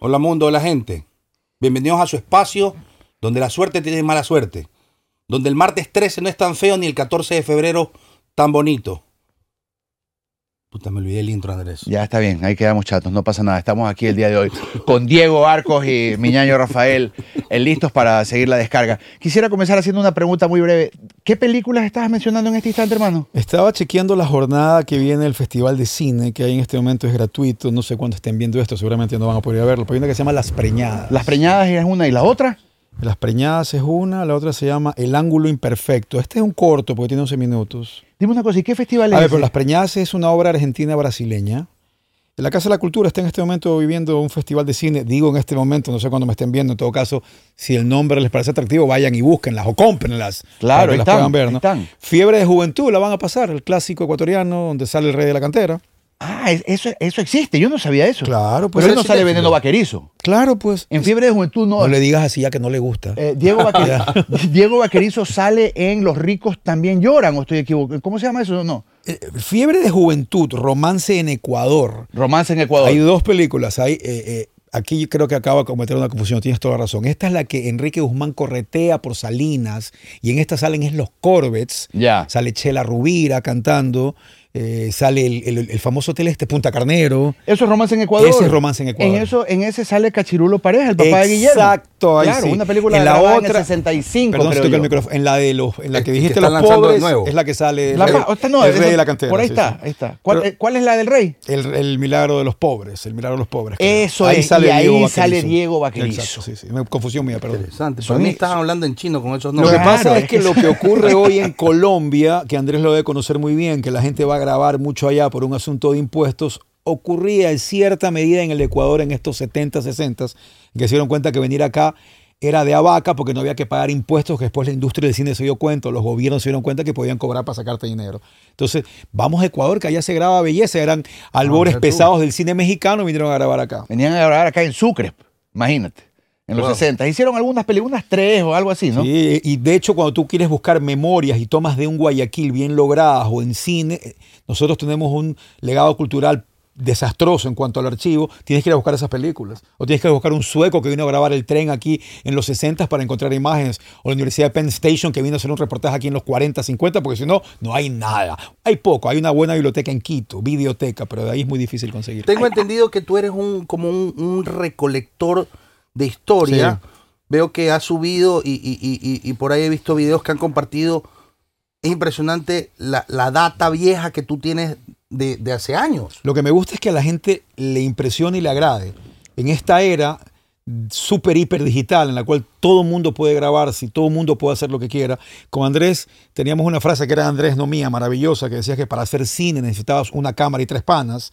Hola mundo, hola gente. Bienvenidos a su espacio donde la suerte tiene mala suerte. Donde el martes 13 no es tan feo ni el 14 de febrero tan bonito. Puta, me olvidé el intro, Andrés. Ya está bien, ahí quedamos chatos, no pasa nada. Estamos aquí el día de hoy con Diego Arcos y Miñaño Rafael, eh, listos para seguir la descarga. Quisiera comenzar haciendo una pregunta muy breve. ¿Qué películas estabas mencionando en este instante, hermano? Estaba chequeando la jornada que viene el Festival de Cine, que hay en este momento es gratuito. No sé cuándo estén viendo esto, seguramente no van a poder ir a verlo. Pero hay una que se llama Las Preñadas. Las preñadas es una y la otra. Las Preñadas es una, la otra se llama El Ángulo Imperfecto. Este es un corto porque tiene 11 minutos. Dime una cosa, ¿y qué festival A es? ver, pero ese? Las Preñadas es una obra argentina brasileña. La Casa de la Cultura está en este momento viviendo un festival de cine. Digo en este momento, no sé cuándo me estén viendo. En todo caso, si el nombre les parece atractivo, vayan y búsquenlas o cómprenlas. Claro, para que ahí las están, puedan ver. ahí ¿no? están. Fiebre de Juventud la van a pasar, el clásico ecuatoriano donde sale el rey de la cantera. Ah, es- eso, eso existe, yo no sabía eso. Claro, pues Pero él no eso sale existe. veneno vaquerizo. Claro, pues. En Fiebre de Juventud no. No le digas así ya que no le gusta. Eh, Diego, Vaquerizo, Diego Vaquerizo sale en Los ricos también lloran, o estoy equivocado. ¿Cómo se llama eso? No. Eh, Fiebre de Juventud, Romance en Ecuador. Romance en Ecuador. Hay dos películas. Hay, eh, eh, aquí yo creo que acaba de cometer una confusión. Tienes toda la razón. Esta es la que Enrique Guzmán corretea por Salinas y en esta salen es los Corvettes. Ya. Sale Chela Rubira cantando. eh, sale el, el- el famoso hotel este, Punta Carnero. Eso es romance en Ecuador. Ese es Romance en Ecuador. En, eso, en ese sale Cachirulo Pareja, el papá de Guillermo. Exacto, ahí Claro, sí. una película En la grabada en otra- el 65, Perdón si creo toqué yo. el micrófono. En la de los, en la que Que dijiste están los lanzando de pobres nuevo. es la que sale La el, pa- esta no, el esa- rey de la cantera. Por ahí sí, está, sí. ahí está. ¿Cuál, Pero- eh, cuál es la del rey? El, el milagro de los pobres, el milagro de los pobres. creo. Eso es, y ahí sale Diego Vaquerizo. Exacto, sí, sí. Me confusión mía, perdón. Interesante. Son Para mí i- estás hablando en chino con esos Lo que nombres. Claro, pasa es es que que- lo que ocurre hoy en Colombia, que Andrés lo debe conocer muy bien, que la gente va a grabar mucho allá por un asunto de impuestos, ocurría en cierta medida en el Ecuador en estos 70, 60, que se dieron cuenta que venir acá era de abaca porque no había que pagar impuestos, que después la industria del cine se dio cuenta, los gobiernos se dieron cuenta que podían cobrar para sacarte dinero. Entonces, vamos a Ecuador, que allá se graba belleza, eran albores mira tú. pesados del cine mexicano y vinieron a grabar acá. Venían a grabar acá en Sucre, imagínate, en los Wow. 60. Hicieron algunas películas, unas tres o algo así, ¿no? Sí, y de hecho, cuando tú quieres buscar memorias y tomas de un Guayaquil bien logradas o en cine, eh, nosotros tenemos un legado cultural desastroso en cuanto al archivo, tienes que ir a buscar esas películas. O tienes que buscar un sueco que vino a grabar el tren aquí en los 60 para encontrar imágenes. O la Universidad de Penn Station que vino a hacer un reportaje aquí en los 40, 50, porque si no, no hay nada. Hay poco, hay una buena biblioteca en Quito, videoteca, pero de ahí es muy difícil conseguir. Tengo entendido que tú eres un como un, un recolector de historia. Sí. Veo que has subido y, y- y- y- y por ahí he visto videos que han compartido. Es impresionante la, la data vieja que tú tienes de, de hace años. Lo que me gusta es que a la gente le impresione y le agrade. En esta era súper, hiper digital, en la cual todo mundo puede grabar, si todo mundo puede hacer lo que quiera. Con Andrés teníamos una frase que era de Andrés, no mía, maravillosa, que decía que para hacer cine necesitabas una cámara y tres panas.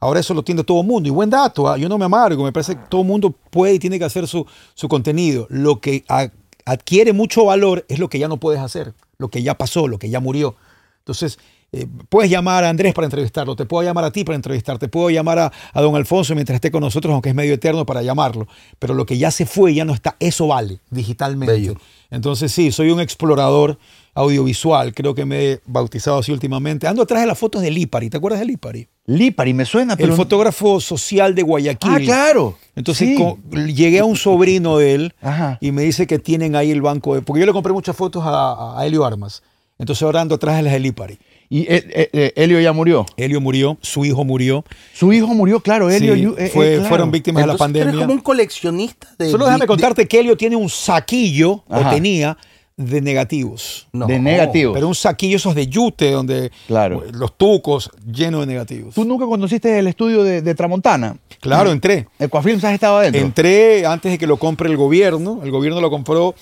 Ahora eso lo tiene todo el mundo. Y buen dato, ¿ah? yo no me amargo, me parece que todo el mundo puede y tiene que hacer su, su contenido. Lo que a- adquiere mucho valor es lo que ya no puedes hacer, lo que ya pasó, lo que ya murió. Entonces, eh, puedes llamar a Andrés para entrevistarlo, te puedo llamar a ti para entrevistarte, puedo llamar a, a don Alfonso mientras esté con nosotros, aunque es medio eterno para llamarlo. Pero lo que ya se fue, ya no está, eso vale digitalmente. Bello. Entonces, sí, soy un explorador audiovisual, creo que me he bautizado así últimamente. Ando atrás de las fotos del Lipari, ¿te acuerdas del Lipari? Lipari, me suena, El Ah, pero... fotógrafo social de Guayaquil. Ah, claro. Entonces Sí. co- llegué a un sobrino de él Ajá. y me dice que tienen ahí el banco de. Porque yo le compré muchas fotos a, a Helio Armas. Entonces ahora ando atrás de las del Lipari. Y eh, eh, eh, Helio ya murió. Helio murió, su hijo murió. Su hijo murió, claro, Helio... Sí, yu- eh, eh, fue- claro. Fueron víctimas de la Entonces, tú eres pandemia. como un coleccionista de. Solo déjame de- contarte que Helio tiene un saquillo, Ajá. o tenía, de negativos. No. De negativo. Pero un saquillo esos de yute, donde eh, Claro. los tucos, lleno de negativos. ¿Tú nunca conociste el estudio de, de Tramontana? Claro, entré. Ecuafilms has estado adentro. Entré antes de que lo compre el gobierno, el gobierno lo compró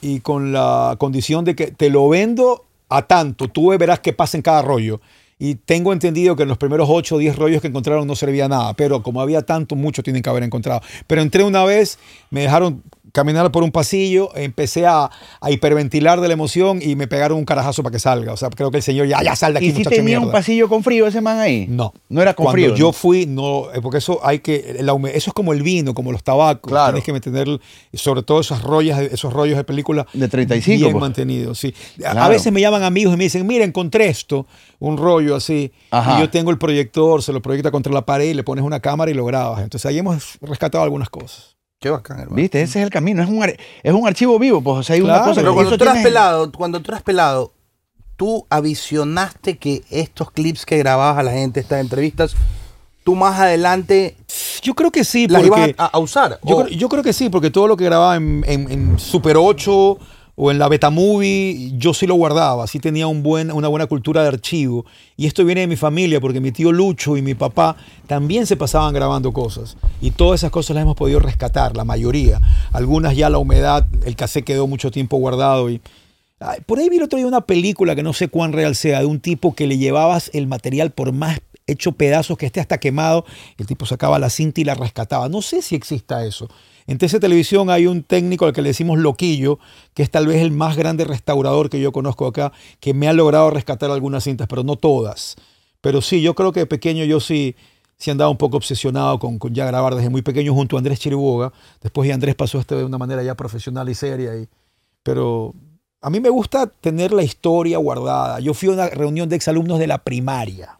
y con la condición de que te lo vendo a tanto, tú verás qué pasa en cada rollo. Y tengo entendido que en los primeros 8 o 10 rollos que encontraron no servía nada, pero como había tanto, muchos tienen que haber encontrado. Pero entré una vez, me dejaron caminar por un pasillo, empecé a, a hiperventilar de la emoción y me pegaron un carajazo para que salga. O sea, creo que el señor ya, ya sal de aquí, ¿Y si muchacho tenía mierda. un pasillo con frío ese man ahí? No. No era con Cuando frío. yo ¿no? fui, no, eh, porque eso hay que, la hume- eso es como el vino, como los tabacos. Claro. Tienes que mantener, sobre todo esas rollas, esos rollos de película. De 35, Bien pues. mantenidos, sí. A- A Claro. veces me llaman amigos y me dicen, mira, encontré esto, un rollo así. Ajá. Y yo tengo el proyector, se lo proyecta contra la pared y le pones una cámara y lo grabas. Entonces ahí hemos rescatado algunas cosas. Oh, Qué bacán, hermano. ¿Viste? Ese es el camino. Es un, ar- es un archivo vivo, pues. O sea, hay una Claro. cosa Pero que- cuando eso tú eras tienes- pelado, cuando tú eras pelado, tú avisionaste que estos clips que grababas a la gente, estas entrevistas, tú más adelante Yo creo que sí, las porque... ibas a, a usar. Yo, o- creo, yo creo que sí, porque todo lo que grababa en, en- en Super 8 o en la Beta Movie, yo sí lo guardaba, sí tenía un buen, una buena cultura de archivo. Y esto viene de mi familia, porque mi tío Lucho y mi papá también se pasaban grabando cosas. Y todas esas cosas las hemos podido rescatar, la mayoría. Algunas ya la humedad, el cassette quedó mucho tiempo guardado y... Ay, Por ahí vi el otro día una película que no sé cuán real sea, de un tipo que le llevabas el material por más hecho pedazos que esté hasta quemado, el tipo sacaba la cinta y la rescataba. No sé si exista eso. En TC Televisión hay un técnico al que le decimos Loquillo, que es tal vez el más grande restaurador que yo conozco acá, que me ha logrado rescatar algunas cintas, pero no todas. Pero sí, yo creo que de pequeño yo sí, sí andaba un poco obsesionado con, con ya grabar desde muy pequeño junto a Andrés Chiriboga. Después ya Andrés pasó esto de una manera ya profesional y seria. Y, pero a mí me gusta tener la historia guardada. Yo fui a una reunión de exalumnos de la primaria.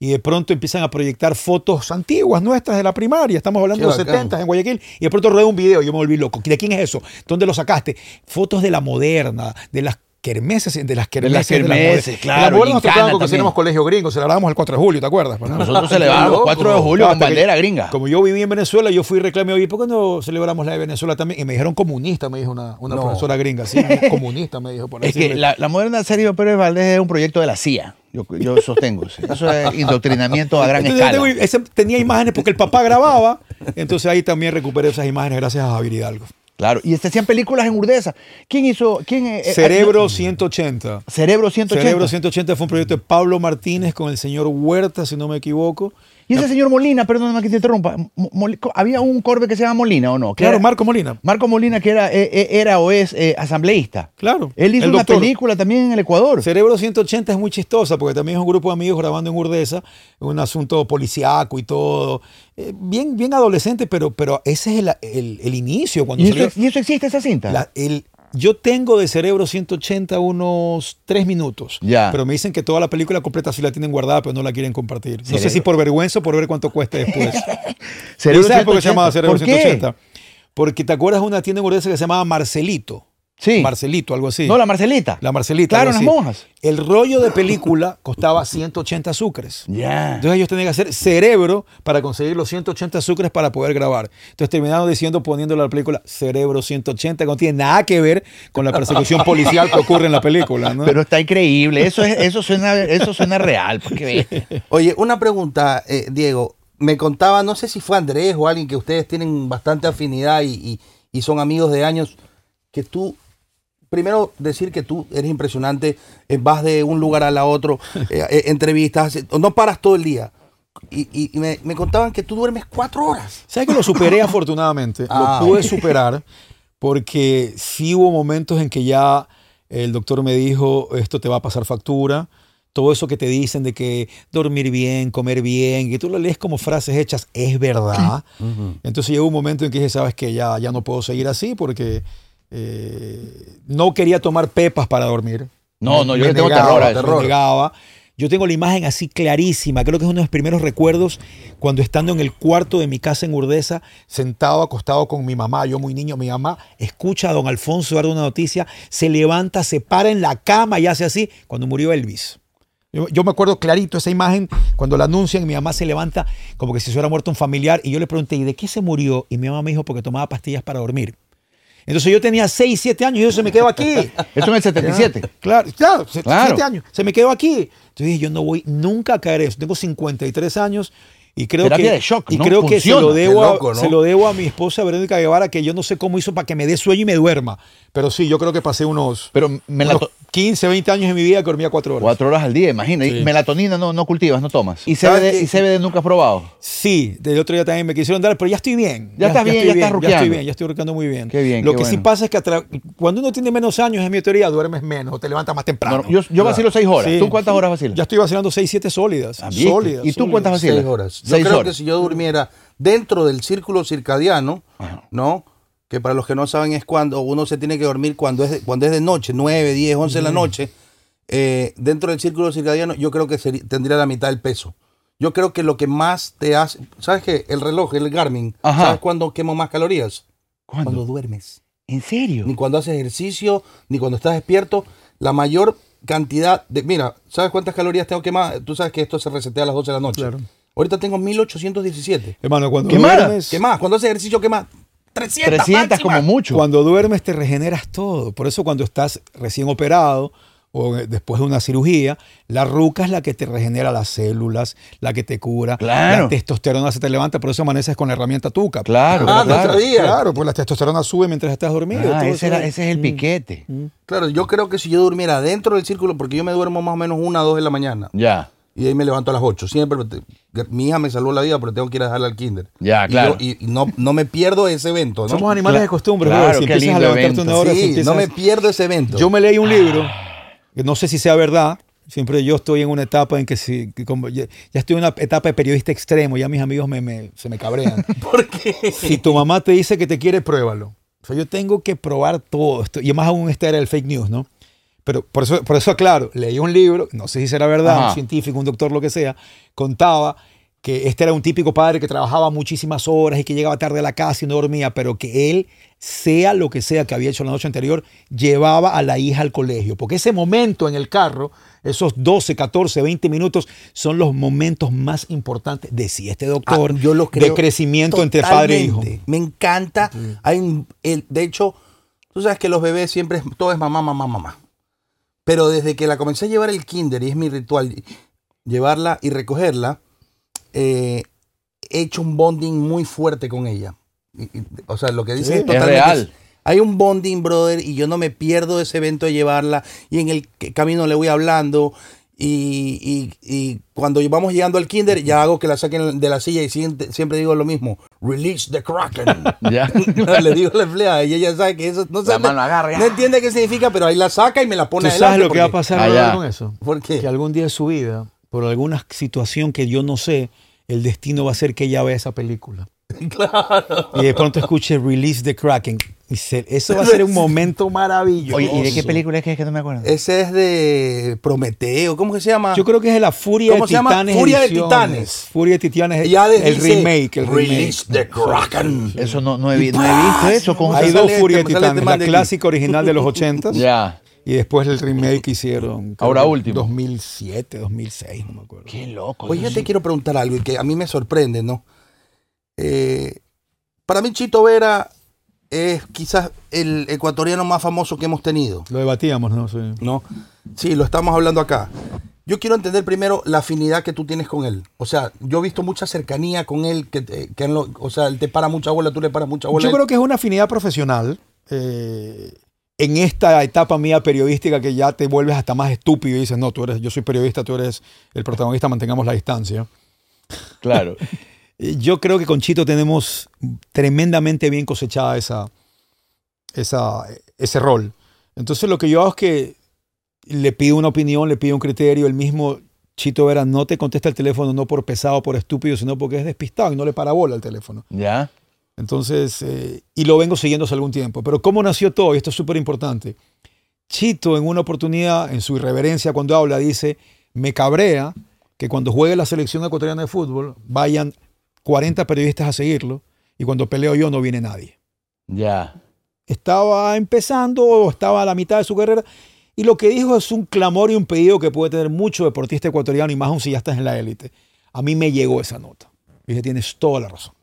Y de pronto empiezan a proyectar fotos antiguas nuestras de la primaria. Estamos hablando Qué de los bacán. 70 en Guayaquil. Y de pronto rodeo un video. Yo me volví loco. ¿De quién es eso? ¿Dónde lo sacaste? Fotos de la moderna, de las kermeses, de las las kermeses. de las kermeses, modernas. claro, De Las modernas gincana nos trataban como que si también. éramos colegio gringo, celebramos el 4 de julio, ¿te acuerdas? Pues, no? Nosotros celebramos Qué 4 de loco. julio con Hasta que- bandera gringa. Como yo viví en Venezuela, yo fui y reclamé, oye, ¿por qué no celebramos la de Venezuela también? Y me dijeron comunista, me dijo una, una No. profesora gringa, sí, comunista me dijo por Es que decirle. la, la moderna Sergio Pérez Valdés es un proyecto de la CIA. Yo, yo sostengo. sí. Eso es indoctrinamiento a gran Entonces, yo escala. tengo- ese- tenía imágenes porque el papá grababa, entonces ahí también recuperé esas imágenes gracias a Javier Hidalgo. Claro. Y se hacían películas en Urdesa. ¿Quién hizo? ¿Quién, eh, eh, Cerebro 180. no, Cerebro 180. Cerebro 180 fue un proyecto de Pablo Martínez con el señor Huerta, si no me equivoco. Y ese señor Molina, perdóname que te interrumpa. Mo- Moli- ¿Había un corbe que se llama Molina o no? Que Claro, era- Marco Molina. Marco Molina, que era, eh, eh, era o es eh, asambleísta. Claro, Él hizo el una doctor. película también en el Ecuador. Cerebro 180 es muy chistosa porque también es un grupo de amigos grabando en Urdesa, un asunto policíaco y todo. Eh, bien, bien adolescente, pero, pero ese es el, el- el inicio cuando ¿Y salió. eso, y eso existe esa cinta? La- el- yo tengo de Cerebro 180 unos tres minutos, Ya. pero me dicen que toda la película completa sí la tienen guardada, pero no la quieren compartir. No Cerebro. sé si por vergüenza o por ver cuánto cuesta después. Cerebro ¿Y sabes por qué 180? se llamaba Cerebro ¿Por qué? 180? Porque te acuerdas de una tienda en Urdesa que se llamaba Marcelito. Sí. Marcelito, algo así. No, la Marcelita. La Marcelita. Claro, algo las así. monjas. El rollo de película costaba 180 sucres. Ya. Entonces ellos tenían que hacer cerebro para conseguir los 180 sucres para poder grabar. Entonces terminaron diciendo, poniéndole a la película Cerebro 180, que no tiene nada que ver con la persecución policial que ocurre en la película. ¿no? Pero está increíble. Eso, es, eso, suena, eso suena real. pues, Porque bestia. Oye, una pregunta, eh, Diego. Me contaba, no sé si fue Andrés o alguien que ustedes tienen bastante afinidad y, y- y son amigos de años, que tú, primero decir que tú eres impresionante, eh, vas de un lugar a la otro, eh, eh, entrevistas, eh, no paras todo el día. Y, y- y me, me contaban que tú duermes cuatro horas. ¿Sabes que lo superé afortunadamente? Ah, lo pude superar porque sí hubo momentos en que ya el doctor me dijo, esto te va a pasar factura. Todo eso que te dicen de que dormir bien, comer bien, y tú lo lees como frases hechas, es verdad. Entonces llegó un momento en que dije, sabes que ya, ya no puedo seguir así porque eh, no quería tomar pepas para dormir. No, Me- no, yo me le tengo negaba, terror a me eso. negaba. Yo tengo la imagen así clarísima. Creo que es uno de mis primeros recuerdos cuando estando en el cuarto de mi casa en Urdesa, sentado, acostado con mi mamá, yo muy niño, mi mamá escucha a don Alfonso dar una noticia, se levanta, se para en la cama y hace así cuando murió Elvis. Yo, yo me acuerdo clarito esa imagen cuando la anuncian, mi mamá se levanta como que si se hubiera muerto un familiar y yo le pregunté, ¿y de qué se murió? Y mi mamá me dijo porque tomaba pastillas para dormir. Entonces yo tenía 6, 7 años y yo se me quedo aquí. Eso en el 77. Claro, claro, se- Claro. siete años. Se me quedó aquí. Entonces dije, yo no voy nunca a caer en eso. Tengo 53 años Y creo Terapia que, de shock, y ¿no? creo que se Funciona. lo, Qué debo a, loco, ¿no? se lo debo a mi esposa Verónica Guevara, que yo no sé cómo hizo para que me dé sueño y me duerma. Pero sí, yo creo que pasé unos, Pero melato- unos 15, 20 años de mi vida que dormía cuatro horas. cuatro horas al día, imagina. Y Sí. melatonina no, no cultivas, no tomas. Y ¿Sabes CBD, qué? y CBD nunca has probado. Sí, del otro día también me quisieron dar, pero ya estoy bien. Ya estás bien, estoy ya estás Ya estoy ruqueando. bien, ya estoy ruqueando muy bien. Qué bien, Lo qué que sí bueno. pasa es que atra- cuando uno tiene menos años, en mi teoría, duermes menos, o te levantas más temprano. No, yo yo vacilo seis horas. Sí. ¿Tú cuántas horas vacilas? Ya estoy vacilando 6, 7 sólidas. Ah, ¿viste? sólidas. ¿Y tú sólidas. cuántas vacilas? Seis horas. Yo Seis creo que horas. si yo durmiera dentro del círculo circadiano, ¿no? Que para los que no saben es cuando uno se tiene que dormir cuando es de, cuando es de noche, 9, 10, 11 de Mm. la noche. eh, dentro del círculo circadiano, yo creo que seri- tendría la mitad del peso. Yo creo que lo que más te hace. ¿Sabes qué? El reloj, el Garmin. Ajá. ¿Sabes cuándo quemo más calorías? ¿Cuándo? Cuando duermes ¿En serio? ni cuando haces ejercicio, ni cuando estás despierto. La mayor cantidad de. Mira, ¿sabes cuántas calorías tengo quemadas? Tú sabes que esto se resetea a las 12 de la noche. Claro. Ahorita tengo 1817. Hermano, cuando ¿Qué más? duermes, ¿Qué más? Cuando haces ejercicio, ¿qué más? 300. 300 máxima. como mucho. Cuando duermes te regeneras todo. Por eso cuando estás recién operado o eh, después de una cirugía, la ruca es la que te regenera las células, la que te cura, Claro. la testosterona se te levanta, por eso amaneces con la herramienta tuca. Claro, Porque la claro. testo- Ah, sabía. Claro, pues la testosterona sube mientras estás dormido. Ah, todo ese, era- eso. ese es el piquete. Claro, yo creo que si yo durmiera dentro del círculo, porque yo me duermo más o menos una o dos de la mañana. Ya. Y de ahí me levanto a las 8. Siempre. te- mi hija me salvó la vida, pero tengo que ir a dejarla al kinder. Ya, Y claro. yo- Y, y no, no me pierdo ese evento, ¿no? Somos animales Cla- de costumbre, claro, brother. Si qué empiezas a lindo levantarte evento. una hora, si sí, no empiezas me pierdo ese evento. Yo me leí un libro, que no sé si sea verdad, siempre yo estoy en una etapa en que si, que como ya, ya estoy en una etapa de periodista extremo, ya mis amigos me, me- se me cabrean. ¿Por qué? si tu mamá te dice que te quiere, pruébalo. O sea, yo tengo que probar todo esto, y más aún esta era el fake news, ¿no? Pero por eso, por eso aclaro, leí un libro, no sé si será verdad, Ajá. un científico, un doctor, lo que sea, contaba que este era un típico padre que trabajaba muchísimas horas y que llegaba tarde a la casa y no dormía, pero que él, sea lo que sea que había hecho la noche anterior, llevaba a la hija al colegio. Porque ese momento en el carro, esos 12, 14, 20 minutos, son los momentos más importantes de si este doctor, Ah, yo lo creo de crecimiento entre padre e hijo. totalmente. Me encanta. Hay un- el- de hecho, tú sabes que los bebés siempre es, todo es mamá, mamá, mamá. Pero desde que la comencé a llevar el kinder, y es mi ritual, llevarla y recogerla, eh, he hecho un bonding muy fuerte con ella. Y- y- o sea, lo que dices Sí. es totalmente. Es real. Hay un bonding, brother, y yo no me pierdo ese evento de llevarla. Y en el que- camino le voy hablando. Y, y- y cuando vamos llegando al kinder, ya hago que la saquen de la silla y siempre, siempre digo lo mismo. Release the Kraken. Ya. le digo la empleada y ella sabe que eso no, sabe, mano agarra, ya. no entiende qué significa, pero ahí la saca y me la pone ¿Tú sabes adelante lo que va a porque- pasar Allá. brother, con eso? ¿Por qué? Que algún día de su vida, por alguna situación que yo no sé, el destino va a ser que ella vea esa película. Claro. Y de pronto escuche Release the Kraken. Y se- eso va a ser un momento maravilloso. Oye, ¿y de qué película es que es que no me acuerdo? Ese es de Prometeo, ¿cómo que se llama? Yo creo que es de la Furia ¿Cómo de se llama? Titanes. Furia de ediciones. Titanes. Furia de Titanes. Ya desde el dice, remake. El remake. Release the Kraken. Eso no, no, he, vi- no he visto eso. Con Ahí Hay Me dos sale este, Furia de me sale este Titanes. man La de aquí. clásica original de los 80s. Ya. Y después el remake que hicieron. creo Ahora que último. 2007, 2006, no me acuerdo. Qué loco. Oye, Dios. yo te quiero preguntar algo y que a mí me sorprende, ¿no? Eh, para mí Chito Vera es quizás el ecuatoriano más famoso que hemos tenido, Lo debatíamos, ¿no? Sí. ¿no? Sí, lo estamos hablando acá. Yo quiero entender primero la afinidad que tú tienes con él. O sea, yo he visto mucha cercanía con él, que, te- que en lo- o sea, él te para mucha bola, tú le paras mucha bola. Yo Él- creo que es una afinidad profesional. eh, en esta etapa mía periodística que ya te vuelves hasta más estúpido y dices, no, tú eres, yo soy periodista, tú eres el protagonista, mantengamos la distancia. Claro. Eh, Yo creo que con Chito tenemos tremendamente bien cosechada esa, esa, ese rol. Entonces lo que yo hago es que le pido una opinión, le pido un criterio, el mismo Chito Vera no te contesta el teléfono no por pesado, por estúpido, sino porque es despistado y no le para bola al teléfono. Ya. Entonces, eh, y lo vengo siguiendo hace algún tiempo. Pero ¿cómo nació todo? Y esto es súper importante. Chito, en una oportunidad, en su irreverencia cuando habla, dice, me cabrea que cuando juegue la selección ecuatoriana de fútbol vayan 40 periodistas a seguirlo y cuando peleo yo no viene nadie. Ya. Estaba empezando o estaba a la mitad de su carrera y lo que dijo es un clamor y un pedido que puede tener mucho deportista ecuatoriano y más aún si ya estás en la élite. A mí me llegó esa nota. Dije, tienes toda la razón.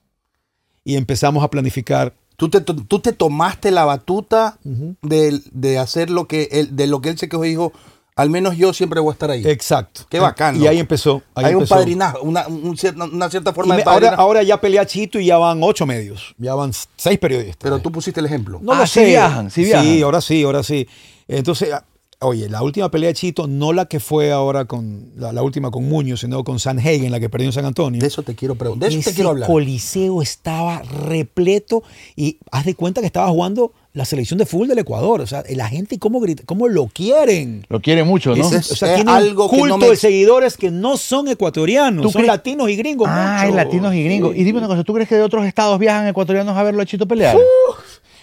Y empezamos a planificar Tú te, tú te tomaste la batuta del- de, hacer lo que él, de lo que él se quejó y dijo, al menos yo siempre voy a estar ahí. Exacto. Qué bacán, Y ahí loco. empezó. ahí Hay un empezó. padrinazgo, una, un cier- una cierta Y forma de me- ahora, padrinazgo. ahora ya pelea Chito y ya van ocho medios. Ya van seis periodistas. Pero tú pusiste el ejemplo. No Ah, lo sí sé. viajan, sí viajan. Sí, ahora sí, ahora sí. Entonces, ah, oye, la última pelea de Chito, no la que fue ahora con, la, la última con Muñoz, sino con Sanhagen, la que perdió en San Antonio. De eso te quiero preguntar. De eso Ese te quiero hablar. coliseo estaba repleto y haz de cuenta que estaba jugando la selección de fútbol del Ecuador. O sea, la gente, ¿cómo, grita, cómo lo quieren? Lo quiere mucho, ¿no? Ese- Es- o sea, es tiene algo un que no culto me- de seguidores que no son ecuatorianos, ¿Tú son crees- latinos y gringos. ah, muchos. es latinos y gringos. Y dime una cosa, ¿tú crees que de otros estados viajan ecuatorianos a verlo a Chito pelear?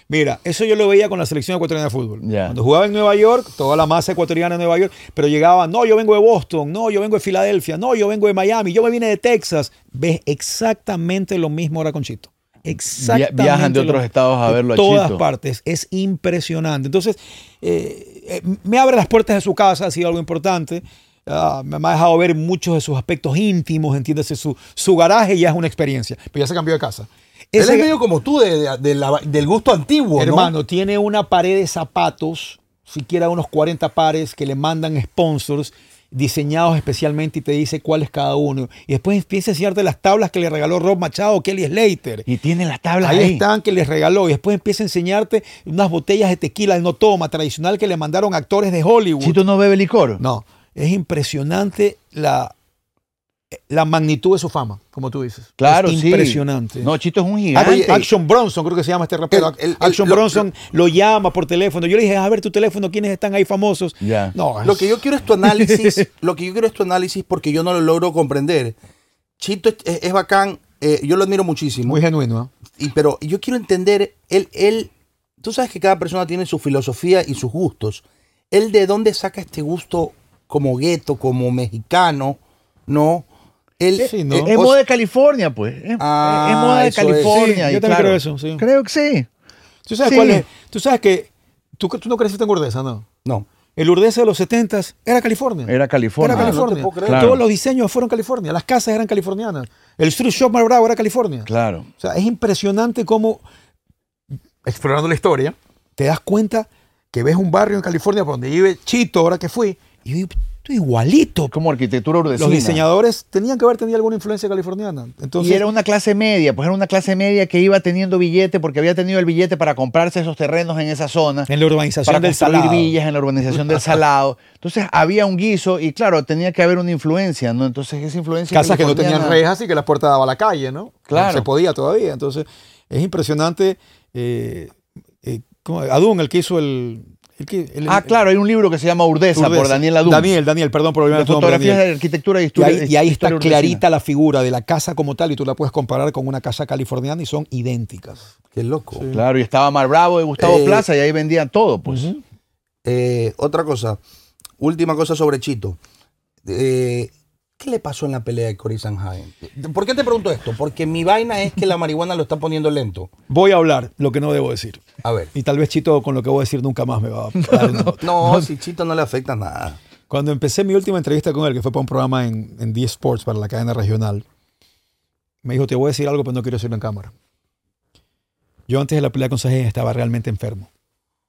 Mira, eso yo lo veía con la selección ecuatoriana de fútbol. Ya. Cuando jugaba en Nueva York, toda la masa ecuatoriana de Nueva York, pero llegaba, no, yo vengo de Boston, no, yo vengo de Filadelfia, no, yo vengo de Miami, yo me vine de Texas. Ves exactamente lo mismo ahora con Chito. Exactamente. viajan de lo otros mismo. estados a De verlo a todas Chito. partes. Es impresionante. Entonces, eh, eh, me abre las puertas de su casa, ha sido algo importante. Ah, me me ha dejado ver muchos de sus aspectos íntimos, entiéndase, su, su garaje ya es una experiencia, pero ya se cambió de casa. Él es Ese- medio como tú, de- de- de la- del gusto antiguo, ¿no? Hermano, tiene una pared de zapatos, siquiera unos 40 pares que le mandan sponsors diseñados especialmente y te dice cuál es cada uno. Y después empieza a enseñarte las tablas que le regaló Rob Machado, Kelly Slater. Y tiene las tablas Ahí ahí. están que les regaló. Y después empieza a enseñarte unas botellas de tequila de no toma tradicional que le mandaron actores de Hollywood. Chito no bebe licor. No, es impresionante la, la magnitud de su fama, como tú dices. Claro, es sí. imprection No, Chito es un Ah, gigante. oye, pues, Action Bronson, creo que se llama este rapero. El- el- Action el- lo- Bronson lo, llama por teléfono. Yo le dije, a ver tu teléfono, ¿quiénes están ahí famosos? Ya. No, Lo que yo quiero es tu análisis. lo que yo quiero es tu análisis porque yo no lo logro comprender. Chito es, es- es bacán. eh, yo lo admiro muchísimo. muy genuino. ¿eh? Y- pero yo quiero entender, él, él, tú sabes que cada persona tiene su filosofía y sus gustos. Él de dónde saca este gusto como gueto, como mexicano, ¿no? Él, eh, Sí, ¿no? Es o- moda de California, pues. Es, Ah, es moda de eso es. California. Sí, y yo también claro, creo eso, sí. Creo que sí. ¿Tú sabes Sí. cuál es? Tú sabes que tú, tú no creciste en Gordesa, ¿no? no. El Urdesa de los 70 era California. Era California. Era Ah, no te California. puedo creer. Claro. Todos los diseños fueron California. Las casas eran californianas. El street shop más bravo era California. Claro. O sea, es impresionante cómo, explorando la historia, te das cuenta que ves un barrio en California por donde vive Chito, ahora que fui, y yo, estoy igualito. Es como arquitectura urdesina. Los diseñadores tenían que haber tenido alguna influencia californiana. Entonces, y era una clase media, pues era una clase media que iba teniendo billete porque había tenido el billete para comprarse esos terrenos en esa zona. en la urbanización para del construir Salado. villas en la urbanización del Salado. Entonces había un guiso y claro, tenía que haber una influencia, ¿no? Entonces esa influencia Casas que no tenían californiana- rejas y que las puertas daban a la calle, ¿no? Claro. Se podía todavía. Entonces, es impresionante. Eh, eh, ¿cómo? Adún, el que hizo el... el que- el- Ah, el- claro, hay un libro que se llama Urdesa, por Urdesa. Daniel Ladum. Daniel, Daniel, perdón por de olvidar tu nombre, fotografías Daniel. de arquitectura y Y historia. ahí, y ahí está historia urdesina. clarita la figura de la casa como tal y tú la puedes comparar con una casa californiana y son idénticas. Qué loco. Claro, y estaba Mar Bravo de Gustavo Eh, Plaza y ahí vendían todo, pues. Eh, otra cosa, última cosa sobre Chito. Eh, ¿Qué le pasó en la pelea de Cory Sanhagen? ¿Por qué te pregunto esto? Porque mi vaina es que la marihuana lo está poniendo lento. Voy a hablar lo que no debo decir. A ver. Y tal vez Chito con lo que voy a decir nunca más me va a dar una nota. No, si Chito no le afecta nada. Cuando empecé mi última entrevista con él, que fue para un programa en, en D Sports para la cadena regional, me dijo, te voy a decir algo, pero no quiero decirlo en cámara. Yo antes de la pelea con Sajén estaba realmente enfermo.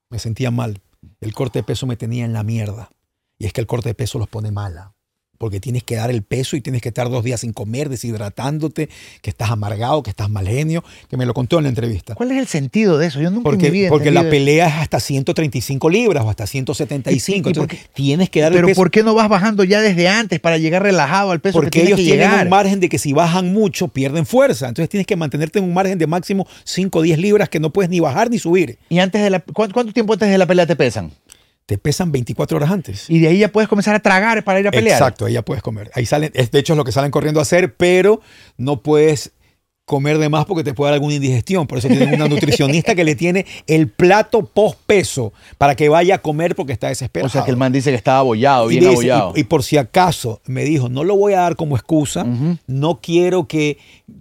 Me sentía mal. El corte de peso me tenía en la mierda. Y es que el corte de peso los pone mala. Porque tienes que dar el peso y tienes que estar dos días sin comer, deshidratándote, que estás amargado, que estás mal genio, que me lo contó en la entrevista. ¿Cuál es el sentido de eso? Yo nunca en mi Porque, vida porque entendí la de- pelea es hasta 135 libras o hasta 175. ¿Y- y- y por Entonces, tienes que dar el Pero peso. ¿por qué no vas bajando ya desde antes para llegar relajado al peso Porque que ellos tienes que tienen llegar? un margen de que si bajan mucho pierden fuerza. Entonces tienes que mantenerte en un margen de máximo 5 o 10 libras que no puedes ni bajar ni subir. Y antes de la ¿cuán- ¿cuánto tiempo antes de la pelea te pesan? Te pesan 24 horas antes. Y de ahí ya puedes comenzar a tragar para ir a pelear. Exacto, ahí ya puedes comer. Ahí salen, es- de hecho es lo que salen corriendo a hacer, pero no puedes comer de más porque te puede dar alguna indigestión. Por eso tienen una nutricionista que le tiene el plato post peso para que vaya a comer porque está desesperado. O sea que el man dice que estaba abollado, Y bien dice, abollado. y, y por si acaso me dijo, no lo voy a dar como excusa, no quiero que,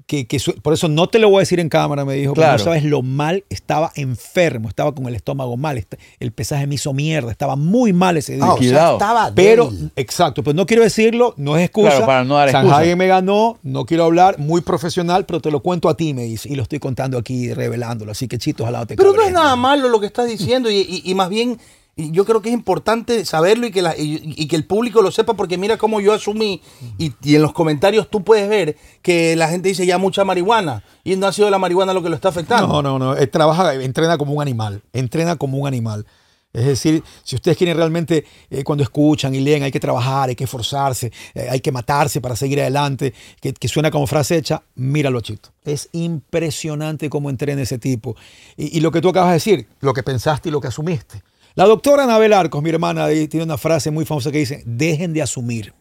que- que su- por eso no te lo voy a decir en cámara, me dijo, porque Claro. no sabes lo mal, estaba enfermo, estaba con el estómago mal, est- el pesaje me hizo mierda, estaba muy mal ese día. Ah, o sea, Liquidado. estaba pero, débil. exacto, pues no quiero decirlo, no es excusa. Claro, para no dar San excusa. Jaime me ganó, no quiero hablar, muy profesional, pero te lo cuento a ti, me dice, y lo estoy contando aquí, revelándolo, así que chito, ojalá no te Pero no cabrees. es nada malo lo que estás diciendo y, y- y más bien Y yo creo que es importante saberlo y que, la- y- y que el público lo sepa, porque mira cómo yo asumí, y, y en los comentarios tú puedes ver que la gente dice ya mucha marihuana, y no ha sido la marihuana lo que lo está afectando. No, no, no. Él trabaja, entrena como un animal. Entrena como un animal. Es decir, si ustedes quieren realmente, eh, cuando escuchan y leen, hay que trabajar, hay que esforzarse, eh, hay que matarse para seguir adelante, que, que suena como frase hecha, míralo, a Chito. Es impresionante cómo entrena ese tipo. Y, y lo que tú acabas de decir, lo que pensaste y lo que asumiste. La doctora Anabel Arcos, mi hermana, ahí tiene una frase muy famosa que dice, dejen de asumir.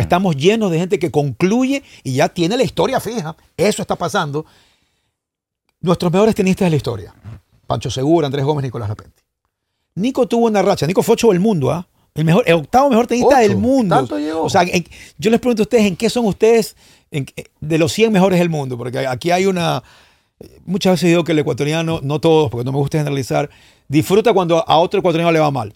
Claro. estamos llenos de gente que concluye y ya tiene la historia fija. Eso está pasando. Nuestros mejores tenistas de la historia. Pancho Segura, Andrés Gómez, Nicolás Lapente. Nico tuvo una racha. Nico fue ocho del mundo, ¿ah? El, mejor, el octavo mejor tenista Ocho. del mundo. Tanto llegó. O sea, en- yo les pregunto a ustedes, ¿en qué son ustedes en- eh, de los 100 mejores del mundo? Porque aquí hay una... Muchas veces digo que el ecuatoriano, no todos, porque no me gusta generalizar, disfruta cuando a otro ecuatoriano le va mal.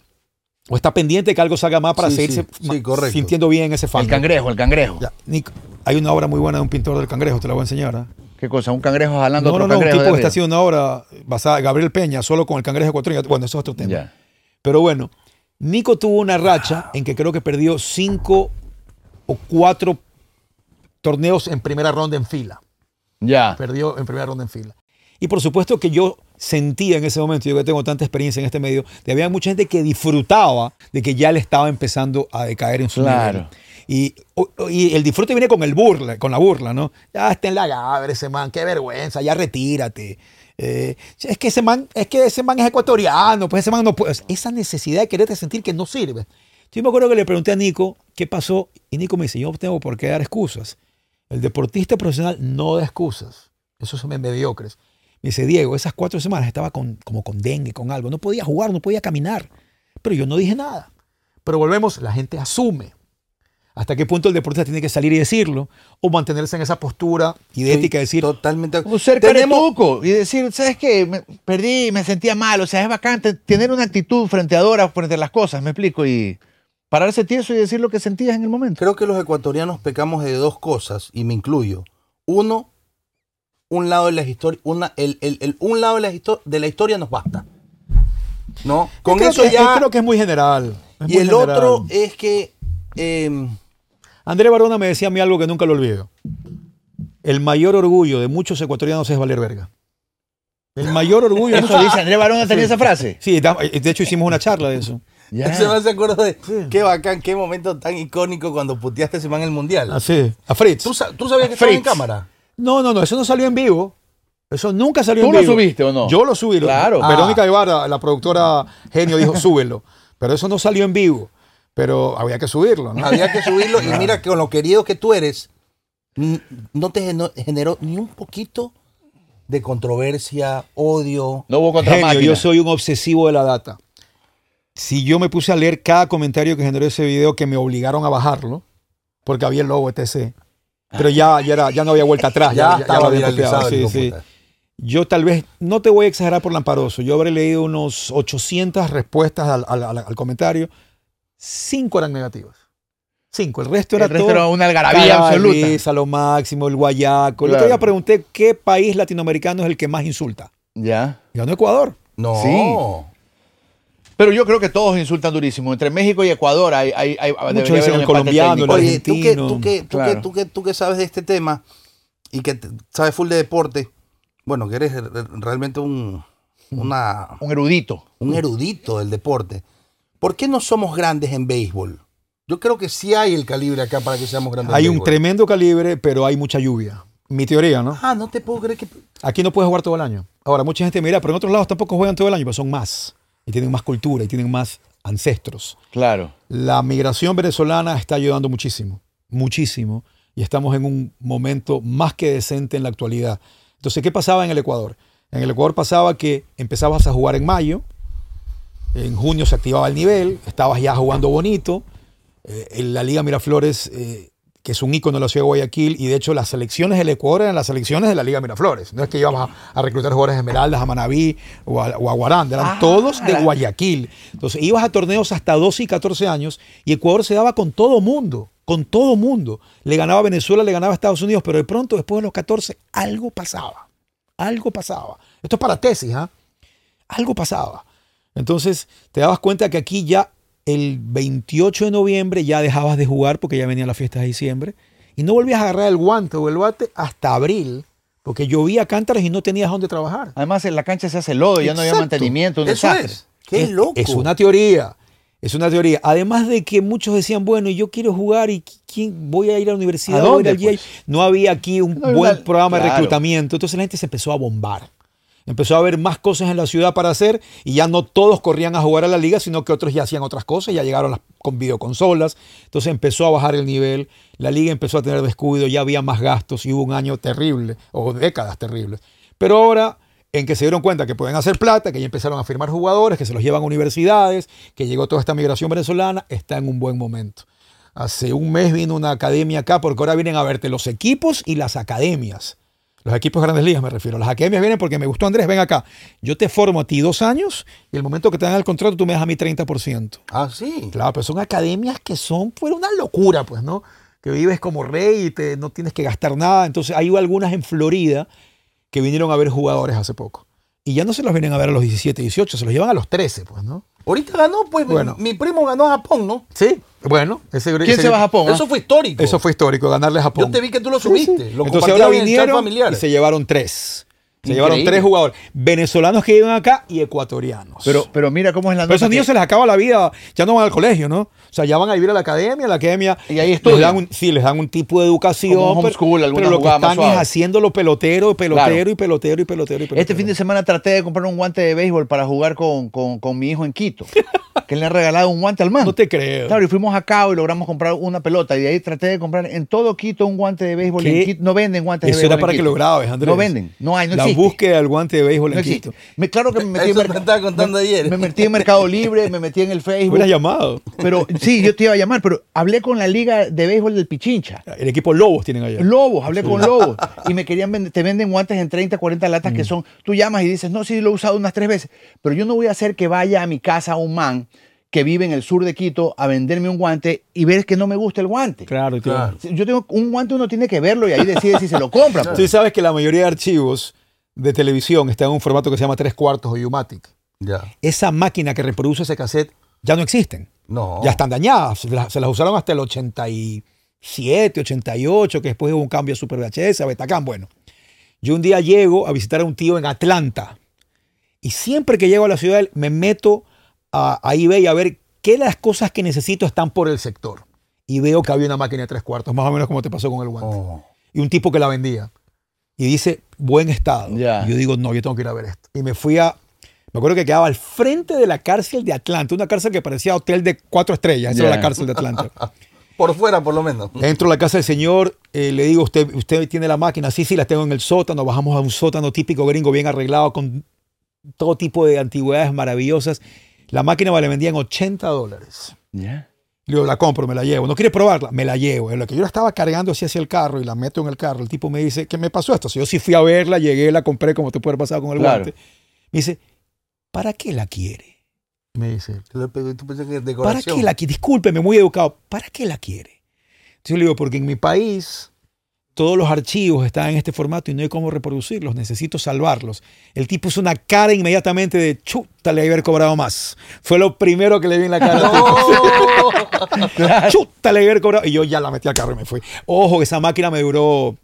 O está pendiente que algo salga mal para Sí, seguirse sí. ma- Sí, correcto. sintiendo bien ese fan. El cangrejo, el cangrejo. Ya, Nico, hay una obra muy buena de un pintor del cangrejo, te la voy a enseñar. ¿ah? ¿Qué cosa? ¿Un cangrejo No, jalando no, otro no, un cangrejo? tipo de que está arriba? haciendo una obra basada, Gabriel Peña, solo con el cangrejo ecuatoriano. Bueno, eso es otro tema. Ya. Pero bueno, Nico tuvo una racha en que creo que perdió cinco o cuatro torneos en primera ronda en fila. Ya. Perdió en primera ronda en fila. Y por supuesto que yo sentía en ese momento, yo que tengo tanta experiencia en este medio, que había mucha gente que disfrutaba de que ya le estaba empezando a decaer en su Claro. nivel. Y, o- o- y el disfrute viene con el burla, con la burla, ¿no? Ya está en la gabre ese man, qué vergüenza, ya retírate. Eh, es que ese man, es que ese man es ecuatoriano, pues ese man no puede. Esa necesidad de quererte sentir que no sirve. Yo me acuerdo que le pregunté a Nico qué pasó, y Nico me dice: Yo no tengo por qué dar excusas. El deportista profesional no da excusas. Esos son mediocres. Me dice, Diego, esas cuatro semanas estaba con, como con dengue, con algo. No podía jugar, no podía caminar. Pero yo no dije nada. Pero volvemos, la gente asume. ¿Hasta qué punto el deportista tiene que salir y decirlo? O mantenerse en esa postura idética de decir, Totalmente. O Pues ser Tenemos- caretuco y decir, ¿sabes qué? Me perdí, me sentía mal. O sea, es bacán te- tener una actitud frente a Dora, frente a las cosas, me explico. Y pararse tieso y decir lo que sentías en el momento. Creo que los ecuatorianos pecamos de dos cosas, y me incluyo. Uno, un lado de la historia, una, el, el- el- un lado de la, histo- de la historia nos basta. ¿No? Con creo eso que- ya. creo que es muy general. Es y muy el general. otro es que. eh, André Barona me decía a mí algo que nunca lo olvido. El mayor orgullo de muchos ecuatorianos es valer verga. El mayor orgullo. de Eso muchos- dice Andrés Barona, tenía esa frase. Sí, da- de hecho hicimos una charla de eso. Ya. Ese man se acuerda de. Qué bacán, qué momento tan icónico cuando puteaste ese man en el mundial. Así, a Fritz. ¿Tú, sa- tú sabías que estaba en Fritz. cámara? No, no, no, eso no salió en vivo. Eso nunca salió ¿Tú en lo Ah. vivo. subiste o no? Yo lo subí. lo- Claro. Verónica Ibarra, la productora genio, dijo, súbelo. Pero eso no salió en vivo. Pero había que subirlo, ¿no? Había que subirlo y mira que con lo querido que tú eres, n- no te geno- generó ni un poquito de controversia, odio. No hubo contra Genio, máquina. yo soy un obsesivo de la data. Si yo me puse a leer cada comentario que generó ese video que me obligaron a bajarlo, porque había el logo ETC. Pero ya, ya, era- ya no había vuelta Ya, atrás. Ya, ya, estaba lo había viralizado copiado. el Sí, hijo sí. puta. Yo tal vez, no te voy a exagerar por lamparoso, yo habré leído unos 800 respuestas al, al- al- al comentario. Cinco eran negativas. Cinco, el resto era El resto todo. era una algarabía absoluta. Calabriza, lo máximo, el guayaco. El Claro. otro día pregunté qué país latinoamericano es el que más insulta. Ya. Ganó Ecuador. No. Sí. Pero yo creo que todos insultan durísimo. Entre México y Ecuador hay, hay, hay debería dicen haber un el empate colombiano, técnico. el- Oye, tú que, tú, argentino, que, tú, que, claro. tú, que, tú que sabes de este tema y que te- sabes full de deporte, bueno, que eres re- realmente un, una, un erudito. un erudito del deporte. ¿Por qué no somos grandes en béisbol? Yo creo que sí hay el calibre acá para que seamos grandes. en Hay un béisbol. tremendo calibre, pero hay mucha lluvia. Mi teoría, ¿no? Ah, no te puedo creer que. Aquí no puedes jugar todo el año. Ahora, mucha gente mira, pero en otros lados tampoco juegan todo el año, pero son más. Y tienen más cultura y tienen más ancestros. Claro. La migración venezolana está ayudando muchísimo, muchísimo, y estamos en un momento más que decente en la actualidad. Entonces, ¿qué pasaba en el Ecuador? En el Ecuador pasaba que empezabas a jugar en mayo, en junio se activaba el nivel, estabas ya jugando bonito, eh, en la Liga Miraflores, eh, que es un ícono de la ciudad de Guayaquil, y de hecho las selecciones del Ecuador eran las selecciones de la Liga Miraflores. No es que íbamos a, a reclutar jugadores de Esmeraldas, a Manabí o a, o a Guaranda, eran Ah, todos de la- Guayaquil. Entonces ibas a torneos hasta 12 y 14 años y Ecuador se daba con todo mundo, con todo mundo. Le ganaba a Venezuela, le ganaba a Estados Unidos, pero de pronto después de los 14 algo pasaba, algo pasaba. Esto es para tesis, ¿ah? algo pasaba. Entonces, te dabas cuenta que aquí ya el 28 de noviembre ya dejabas de jugar porque ya venían las fiestas de diciembre y no volvías a agarrar el guante o el bate hasta abril porque llovía cántaros y no tenías dónde trabajar. Además, en la cancha se hace lodo, ya no había Exacto. mantenimiento, un Eso desastre. es. Qué es, loco. Es una teoría. Es una teoría. Además de que muchos decían, bueno, yo quiero jugar y qui- ¿quién voy a ir a la universidad. ¿A voy dónde, ir al GI? pues? No había aquí un No había buen una- programa de Claro. reclutamiento. Entonces la gente se empezó a bombar. Empezó a haber más cosas en la ciudad para hacer y ya no todos corrían a jugar a la liga, sino que otros ya hacían otras cosas, ya llegaron las con videoconsolas. Entonces empezó a bajar el nivel, la liga empezó a tener descuido, ya había más gastos y hubo un año terrible, o décadas terribles. Pero ahora, en que se dieron cuenta que pueden hacer plata, que ya empezaron a firmar jugadores, que se los llevan a universidades, que llegó toda esta migración venezolana, está en un buen momento. Hace un mes vino una academia acá, porque ahora vienen a verte los equipos y las academias. Los equipos de grandes ligas me refiero. Las academias vienen porque me gustó Andrés, ven acá. Yo te formo a ti dos años y el momento que te dan el contrato tú me das a mí 30%. Ah, sí. Claro, pero son academias que son pues, una locura, pues, ¿no? Que vives como rey y te- no tienes que gastar nada. Entonces, hay algunas en Florida que vinieron a ver jugadores hace poco. Y ya no se los vienen a ver a los 17, 18, se los llevan a los 13, pues, ¿no? Ahorita ganó, pues, mi- Bueno. mi, primo ganó a Japón, ¿no? Sí. Bueno, ese, ¿Quién ese- se va a Japón? ah? Eso fue histórico. Eso fue histórico, ganarle a Japón. Yo te vi que tú lo Sí, sí. subiste. Lo Entonces compartías ahora en el chat vinieron familiar. y se llevaron tres. Se Increíble. llevaron tres jugadores. Venezolanos que viven acá y ecuatorianos. Pero, pero mira cómo es la Pero nota. esos niños que- se les acaba la vida, ya no van al colegio, ¿no? O sea, ya van a vivir a la academia, la academia. Y ahí les estudian. dan un, Sí, les dan un tipo de educación. Como un pero- homeschool, pero, alguna lo que jugada más están es suave. haciéndolo pelotero, pelotero Claro. y pelotero y pelotero y pelotero. Este fin de semana traté de comprar un guante de béisbol para jugar con, con- con mi hijo en Quito, que le han regalado un guante al man. No te creo. Claro, y fuimos a Cabo y logramos comprar una pelota. Y de ahí traté de comprar en todo Quito un guante de béisbol. y en ¿Qué? Quito no venden guantes de Eso béisbol. era en para que Quito. lo grabes, Andrés. No venden, no hay, no La existe. búsqueda del guante de béisbol No en existe. Quito. Me, claro que me metí Eso en te Merc- estaba contando me- ayer. Me metí en Mercado Libre, me metí en el Facebook. Hubieras llamado. Pero sí, yo te iba a llamar, pero hablé con la liga de béisbol del Pichincha. El equipo Lobos tienen allá. Lobos, hablé con lobos. Y me querían vender, te venden guantes en 30, 40 latas Mm. que son. Tú llamas y dices, no, sí, lo he usado unas tres veces. Pero yo no voy a hacer que vaya a mi casa un man que vive en el sur de Quito a venderme un guante y ver que no me gusta el guante. Claro, tío. Claro. Si Yo tengo un guante, uno tiene que verlo y ahí decide si se lo compra. pues. Tú sabes que la mayoría de archivos de televisión están en un formato que se llama tres cuartos o U-Matic. Ya. Esa máquina que reproduce ese cassette ya no existen. No. Ya están dañadas. Se las, se las usaron hasta el 87, 88, que después hubo un cambio a Super VHS, a Betacam. Bueno, yo un día llego a visitar a un tío en Atlanta. Y siempre que llego a la ciudad, me meto a, a eBay a ver qué las cosas que necesito están por el sector. Y veo que había una máquina de tres cuartos, más o menos como te pasó con el guante. Oh. Y un tipo que la vendía. Y dice, buen estado. Ya. Y Yo digo, no, yo tengo que ir a ver esto. Y me fui a... Me acuerdo que quedaba al frente de la cárcel de Atlanta, una cárcel que parecía hotel de cuatro estrellas. Esa era Ya. la cárcel de Atlanta. Por fuera, por lo menos. Entro a la casa del señor, eh, le digo, usted, usted tiene la máquina, sí, sí, la tengo en el sótano, bajamos a un sótano típico gringo, bien arreglado, con todo tipo de antigüedades maravillosas. La máquina me la vendían 80 dólares. Ya. Le digo, la compro, me la llevo. ¿No quieres probarla? Me la llevo. En lo que yo la estaba cargando así hacia el carro y la meto en el carro, el tipo me dice, ¿qué me pasó esto? Si yo sí fui a verla, llegué, la compré, como te puede haber pasado con el Claro. guante. Me dice, ¿para qué la quiere? Me dice él. Tú le pegó- tú pensás que es ¿Para decoración. qué la quiere? Discúlpeme, muy educado. ¿Para qué la quiere? Entonces yo le digo, porque en mi país todos los archivos están en este formato y no hay cómo reproducirlos. Necesito salvarlos. El tipo hizo una cara inmediatamente de chuta, le haber cobrado más. Fue lo primero que le vi en la cara. al tipo. No. Chuta, le haber cobrado. Y yo ya la metí al carro y me fui. Ojo, que esa máquina me duró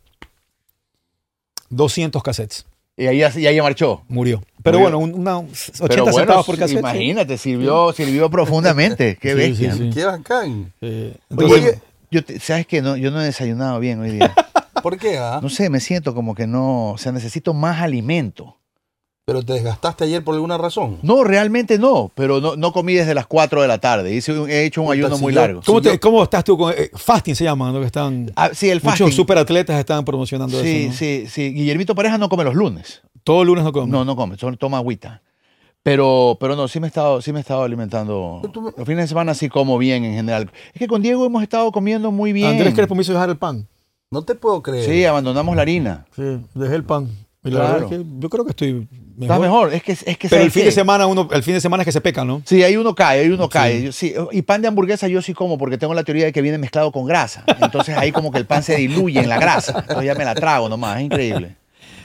200 cassettes. Y ahí, así- y ahí marchó. Murió. Pero Murió. bueno, un- una, 80 Pero bueno, centavos por cassette. sí. imagínate, sirvió, sirvió profundamente. Qué Sí, bestia. sí, sí. Qué bacán. Eh, Oye, entonces, yo te- ¿sabes que No, yo no he desayunado bien hoy día. ¿Por qué? ah? No sé, me siento como que no, o sea, necesito más alimento. Pero te desgastaste ayer por alguna razón. No, realmente no, pero no, no comí desde las 4 de la tarde. Hice un- he hecho un Puta, ayuno si muy yo- largo. ¿cómo, si te- yo- cómo estás tú con. eh, fasting se llama, ¿no? Que están. Ah, sí, el fasting. Muchos superatletas están promocionando sí, eso. ¿no? sí, sí. Guillermito Pareja no come los lunes. Todo lunes no comen. No, no come, solo toma agüita. Pero, pero no, sí me he estado, sí me he estado alimentando. Pero tú me- Los fines de semana sí como bien en general. Es que con Diego hemos estado comiendo muy bien. Andrés Crespo me hizo dejar el pan. No te puedo creer. Sí, abandonamos la harina. Sí, dejé el pan. Y la Claro. verdad es que yo creo que estoy mejor. Está mejor. Es que, es que Pero el ¿sabes fin de qué? semana, uno, el fin de semana es que se peca, ¿no? Sí, ahí uno cae, ahí uno cae. Yo sí, y pan de hamburguesa yo sí como porque tengo la teoría de que viene mezclado con grasa. Entonces ahí como que el pan se diluye en la grasa. Entonces ya me la trago nomás, es increíble.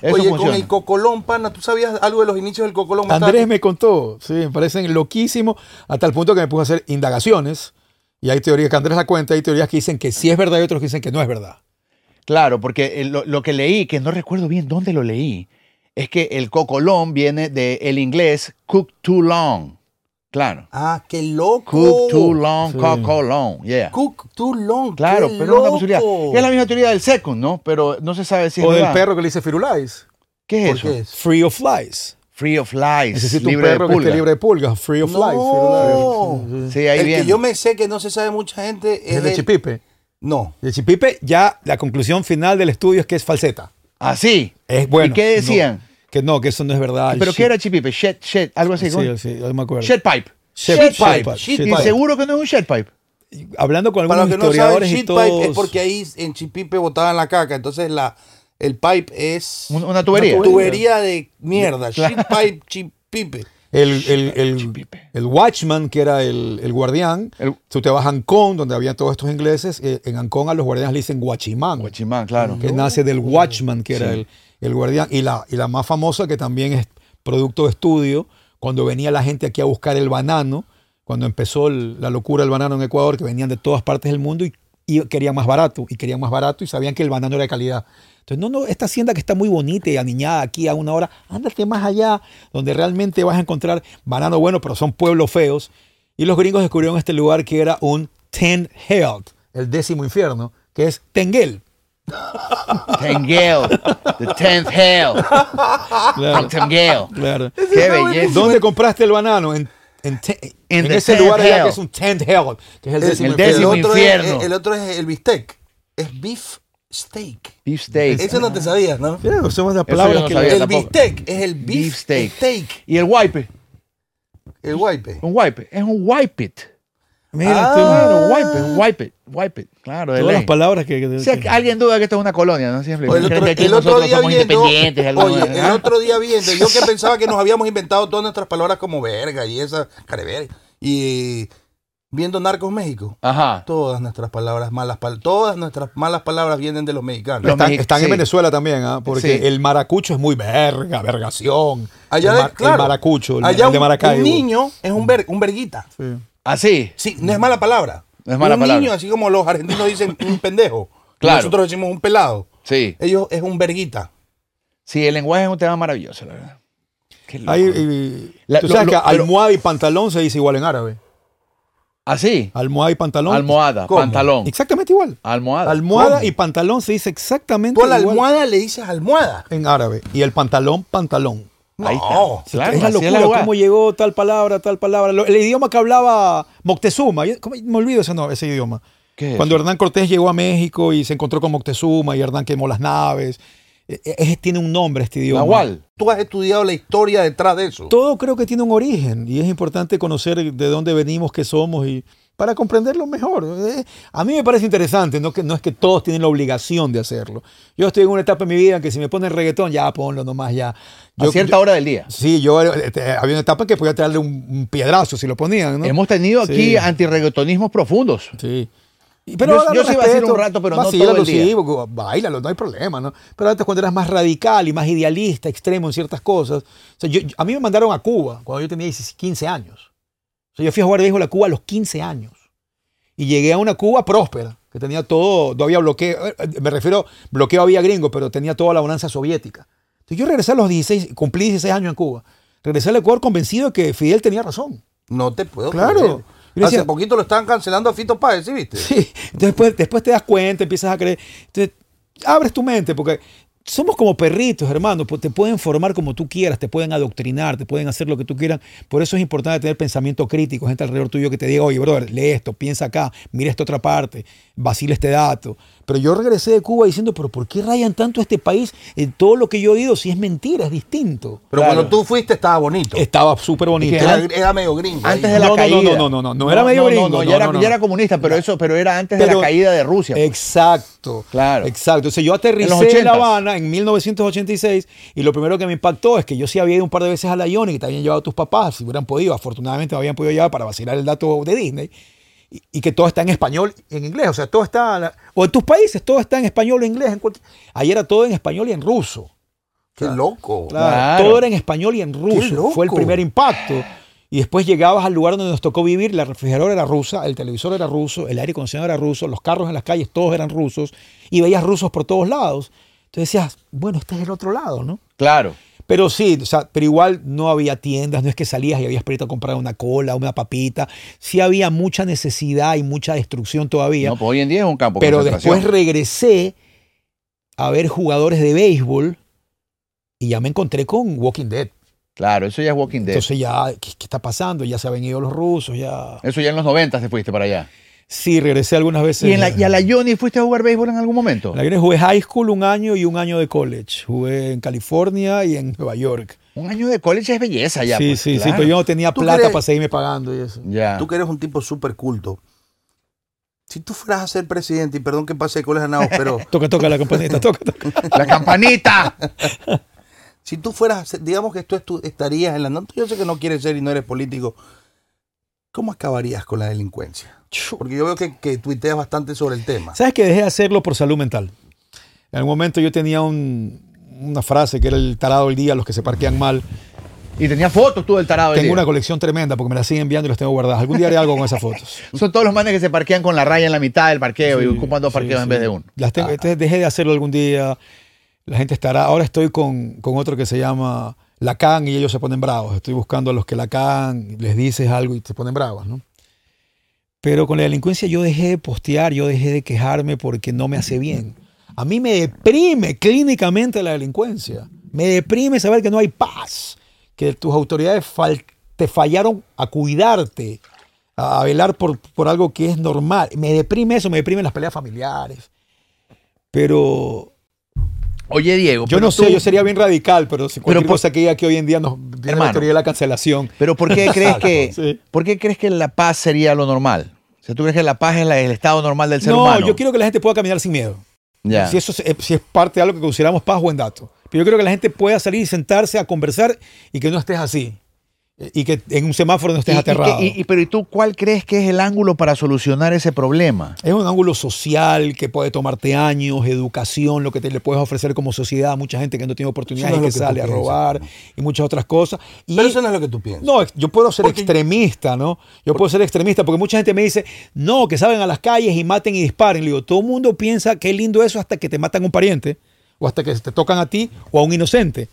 Eso Oye, con funciona. el cocolón, pana, ¿tú sabías algo de los inicios del cocolón? Andrés me contó, sí, me parecen loquísimos, a tal punto que me puse a hacer indagaciones. Y hay teorías que Andrés la cuenta, hay teorías que dicen que sí es verdad y otros que dicen que no es verdad. Claro, porque eh, lo, lo que leí, que no recuerdo bien dónde lo leí, es que el cocolón viene del inglés cook too long. Claro. Ah, qué loco. Cook too long, Sí. cocolón. Yeah. Oh. Cook too long. Claro, qué pero es una loco. posibilidad. Es la misma teoría del second, ¿no? Pero no se sabe si es o del verdad. perro que le dice Firulais. ¿Qué es ¿Por eso? qué es? Free of Flies. Free of lies. Necesito un libre de perro que esté pulga. libre de pulgas. Free of Flies. No. Firulais. Sí, sí, sí. Sí, ahí el viene. que yo me sé que no se sabe mucha gente es El de Chipipe. No. El de Chipipe, ya la conclusión final del estudio es que es falseta. Así. Es bueno. ¿Y qué decían? no, que no, que eso no es verdad. el ¿Pero shit. qué era chipipe? Shed, shed, algo así. Sí, ¿cómo? sí, yo me acuerdo. Shed pipe. Shed Shed pipe, pipe. shed Y pipe. seguro que no es un shed pipe. Hablando con Para algunos los que no saben, historiadores y shit todos. pipe es porque ahí en Chipipe botaban la caca. Entonces la, el pipe es Un- Una tubería. tubería de mierda. Shit pipe, Chipipe. El, el, el, Chipipe. el Watchman, que era el, el guardián, El- tú te vas a Ancón, donde habían todos estos ingleses, eh, en Ancón a los guardianes le dicen Guachimán, Guachimán, claro. que nace del Watchman, que era el, el guardián, y la, y la más famosa, que también es producto de estudio, cuando venía la gente aquí a buscar el banano, cuando empezó el- la locura del banano en Ecuador, que venían de todas partes del mundo y, y querían más barato, y querían más barato, y sabían que el banano era de calidad. Entonces, no, no, esta hacienda que está muy bonita y aniñada aquí a una hora, ándate más allá, donde realmente vas a encontrar banano bueno, pero son pueblos feos. Y los gringos descubrieron este lugar que era un Ten Hell, el décimo infierno, que es Tengel. Tengel. The tenth hell. From Tengel. Claro. Qué belleza. ¿Dónde compraste el banano? En, en, te- En en the ese tenth lugar allá hell. que es un tent hell, que es el El- décimo. el infierno. décimo otro infierno. Es, el otro es el bistec. Es beef steak. Beef steak. Eso no te sabías, ¿no? Claro, son las yo palabras no que sabía. El tampoco. bistec es el beef, Beef steak. steak. Y el wipe. El wipe. Un wipe. Es un wipe it. Mira, tú, Claro, wipe it. un Wipe it. Wipe it. Claro, de Ah, todas las ley. palabras que. que- O sea, que alguien duda que esto es una colonia, ¿no? Siempre. O el Creen otro, que aquí el otro nosotros día somos viendo, independientes. algo, oye, el ¿ah? otro día viendo, yo que pensaba que nos habíamos inventado todas nuestras palabras como verga y esa, careverga, y viendo Narcos México, Ajá. todas nuestras palabras malas, pal- todas nuestras malas palabras vienen de los mexicanos. Los- Están, México, están sí. en Venezuela también, ¿ah? porque Sí. el maracucho es muy verga, vergación. Allá el, de- mar- el claro, maracucho, el, allá el de un- Maracaibo. Un niño es un, ver- un verguita. Así. Sí, no es mala palabra. No es mala un palabra. niño, así como los argentinos dicen un pendejo. Claro. Nosotros decimos un pelado. Sí. Ellos es un verguita. Sí, el lenguaje es un tema maravilloso, la verdad. Qué loco. Ahí, y- La- tú lo- sabes lo- que pero- almohada y pantalón se dice igual en árabe. Así. Almohada y pantalón. Almohada, ¿Cómo? pantalón. Exactamente igual. Almohada. Almohada ¿Cómo? y pantalón se dice exactamente Tú a igual. la almohada le dices almohada. en árabe y el pantalón, pantalón. No. Ahí está. Claro, es la así es la locura jugada. cómo llegó tal palabra, tal palabra. Lo- el idioma que hablaba Moctezuma, yo- ¿cómo- me olvido ese, no- ese idioma. ¿Qué es Cuando Hernán Cortés llegó a México y se encontró con Moctezuma y Hernán quemó las naves. Eh, eh, ese tiene un nombre este idioma. Nahual. Tú has estudiado la historia detrás de eso. Todo creo que tiene un origen y es importante conocer de dónde venimos, qué somos y para comprenderlo mejor. Eh, a mí me parece interesante, no, que, no es que todos tienen la obligación de hacerlo. Yo estoy en una etapa en mi vida en que si me ponen reggaetón, ya ponlo nomás, ya. A Yo- cierta yo- hora del día. Sí, yo este, había una etapa que podía darle un, un piedrazo si lo ponían, ¿no? Hemos tenido aquí Sí. antirreggaetonismos profundos. Sí. Y- Yo- ahora yo lo sí iba a decir respeto, un rato, pero no todo vacílalo, el día. sí, porque báilalo, no hay problema, ¿no? Pero antes cuando eras más radical y más idealista, extremo en ciertas cosas. O sea, yo- yo- a mí me mandaron a Cuba cuando yo tenía 16, 15 años. O sea, yo fui a jugar béisbol a Cuba a los 15 años. Y llegué a una Cuba próspera, que tenía todo, no había bloqueo, eh, eh, me refiero, bloqueo había gringo, pero tenía toda la bonanza soviética. Entonces yo regresé a los 16, cumplí 16 años en Cuba. Regresé al Ecuador convencido de que Fidel tenía razón. No te puedo Claro. creer. Yo decía- Hace poquito lo estaban cancelando a Fito Páez, ¿sí viste? Sí, después, después te das cuenta, empiezas a creer. Entonces, abres tu mente, porque somos como perritos, hermano. po- Te pueden formar como tú quieras, te pueden adoctrinar, te pueden hacer lo que tú quieras. Por eso es importante tener pensamiento crítico, gente alrededor tuyo que te diga, oye, brother, lee esto, piensa acá, mira esta otra parte, vacila este dato. Pero yo regresé de Cuba diciendo, pero ¿por qué rayan tanto a este país? En todo lo que yo he oído, si es mentira, es distinto. Pero Claro. cuando tú fuiste estaba bonito. Estaba súper bonito. Era, era medio gringo. Antes ahí. de la No, no, no, caída. no, no, no, no, no era medio gringo, ya, no, era, no, no. ya era comunista, pero eso, pero era antes de Pero- la caída de Rusia. pues. Exacto. Claro. Exacto. O sea, En yo los aterricé en, 80s. La Habana en 1986 y lo primero que me impactó es que yo sí había ido un par de veces a la Ioni que te habían llevado tus papás, si hubieran podido, afortunadamente me habían podido llevar para vacilar el dato de Disney. Y, y que todo está en español y en inglés. O sea, todo está. O en tus países, todo está en español o inglés. En cualquier... Ahí era todo en español y en ruso. Qué loco. Claro. Claro. Todo era en español y en ruso. loco! Fue el primer impacto. Y después llegabas al lugar donde nos tocó vivir, la refrigeradora era rusa, el televisor era ruso, el aire acondicionado era ruso, los carros en las calles todos eran rusos y veías rusos por todos lados. Entonces decías, bueno, este es el otro lado, ¿no? Claro. Pero sí, o sea, pero igual no había tiendas, no es que salías y habías para irte a comprar una cola, una papita. Sí había mucha necesidad y mucha destrucción todavía. No, pues hoy en día es un campo de pero concentración. después regresé a ver jugadores de béisbol y ya me encontré con Walking Dead. Claro, eso ya es Walking Dead. Entonces ya, ¿qué, qué está pasando? Ya se habían ido los rusos, ya... eso ya en los 90 te fuiste para allá. Sí, regresé algunas veces. ¿Y, en la, y a la Johnny fuiste a jugar béisbol en algún momento? La Grey jugué high school un año y un año de college. Jugué en California y en Nueva York. Un año de college es belleza ya. sí, pues, sí, sí, claro. pero yo no tenía ¿Tú plata crees? para seguirme pagando y eso. Ya. Tú que eres un tipo súper culto. Si tú fueras a ser presidente, y perdón que pase de coles ganados, pero Toca, toca la campanita, toca, toca. ¡La campanita! si tú fueras, a ser- digamos que tú estu- estarías en la no, yo sé que no quieres ser y no eres político, ¿cómo acabarías con la delincuencia? Porque yo veo que, que tuiteas bastante sobre el tema. ¿Sabes que dejé de hacerlo por salud mental? En algún momento yo tenía un- una frase que era el tarado del día, los que se parquean mal. Y tenía fotos tú del tarado. del Tengo día. una colección tremenda porque me las siguen enviando y las tengo guardadas. Algún día haré algo con esas fotos. Son todos los manes que se parquean con la raya en la mitad del parqueo y ocupan dos Sí, parqueos en sí. vez de uno. Las tengo- entonces dejé de hacerlo algún día. La gente estará. Ahora estoy con, con otro que se llama Lacan y ellos se ponen bravos. Estoy buscando a los que Lacan les dices algo y se ponen bravos, ¿no? Pero con la delincuencia yo dejé de postear, yo dejé de quejarme porque no me hace bien. A mí me deprime clínicamente la delincuencia. Me deprime saber que no hay paz, que tus autoridades fal- te fallaron a cuidarte, a a velar por, por algo que es normal. Me deprime eso, me deprimen las peleas familiares. Pero Ah. Oye, Diego. yo pero no sé, tú- yo sería bien radical, pero si cualquier por- cosa que diga que hoy en día nos tiene la Hermano. teoría de la cancelación. Pero ¿por qué crees que, Sí. ¿por qué crees que la paz sería lo normal? O sea, ¿tú crees que la paz es la- el estado normal del ser no, humano? yo quiero que la gente pueda caminar sin miedo. Ya. Si eso es, eh, si es parte de algo que consideramos paz, buen dato. Pero yo creo que la gente pueda salir y sentarse a conversar y que no estés así. Eh, Y que en un semáforo Y- no estés y que- aterrado. y- y- pero ¿y tú cuál crees que es el ángulo para solucionar ese problema? es un ángulo social que puede tomarte años, educación, lo que te le puedes ofrecer como sociedad a mucha gente que no tiene oportunidades Eso no y que es lo que sale tú a piensas, robar y muchas otras cosas. Y Pero eso no es lo que tú piensas. No, ex- yo puedo ser Porque- extremista, ¿no? Yo puedo ser extremista porque mucha gente me dice, no, que salgan a las calles y maten y disparen. Le digo, todo el mundo piensa que es lindo eso hasta que te matan a un pariente o hasta que te tocan a ti o a un inocente.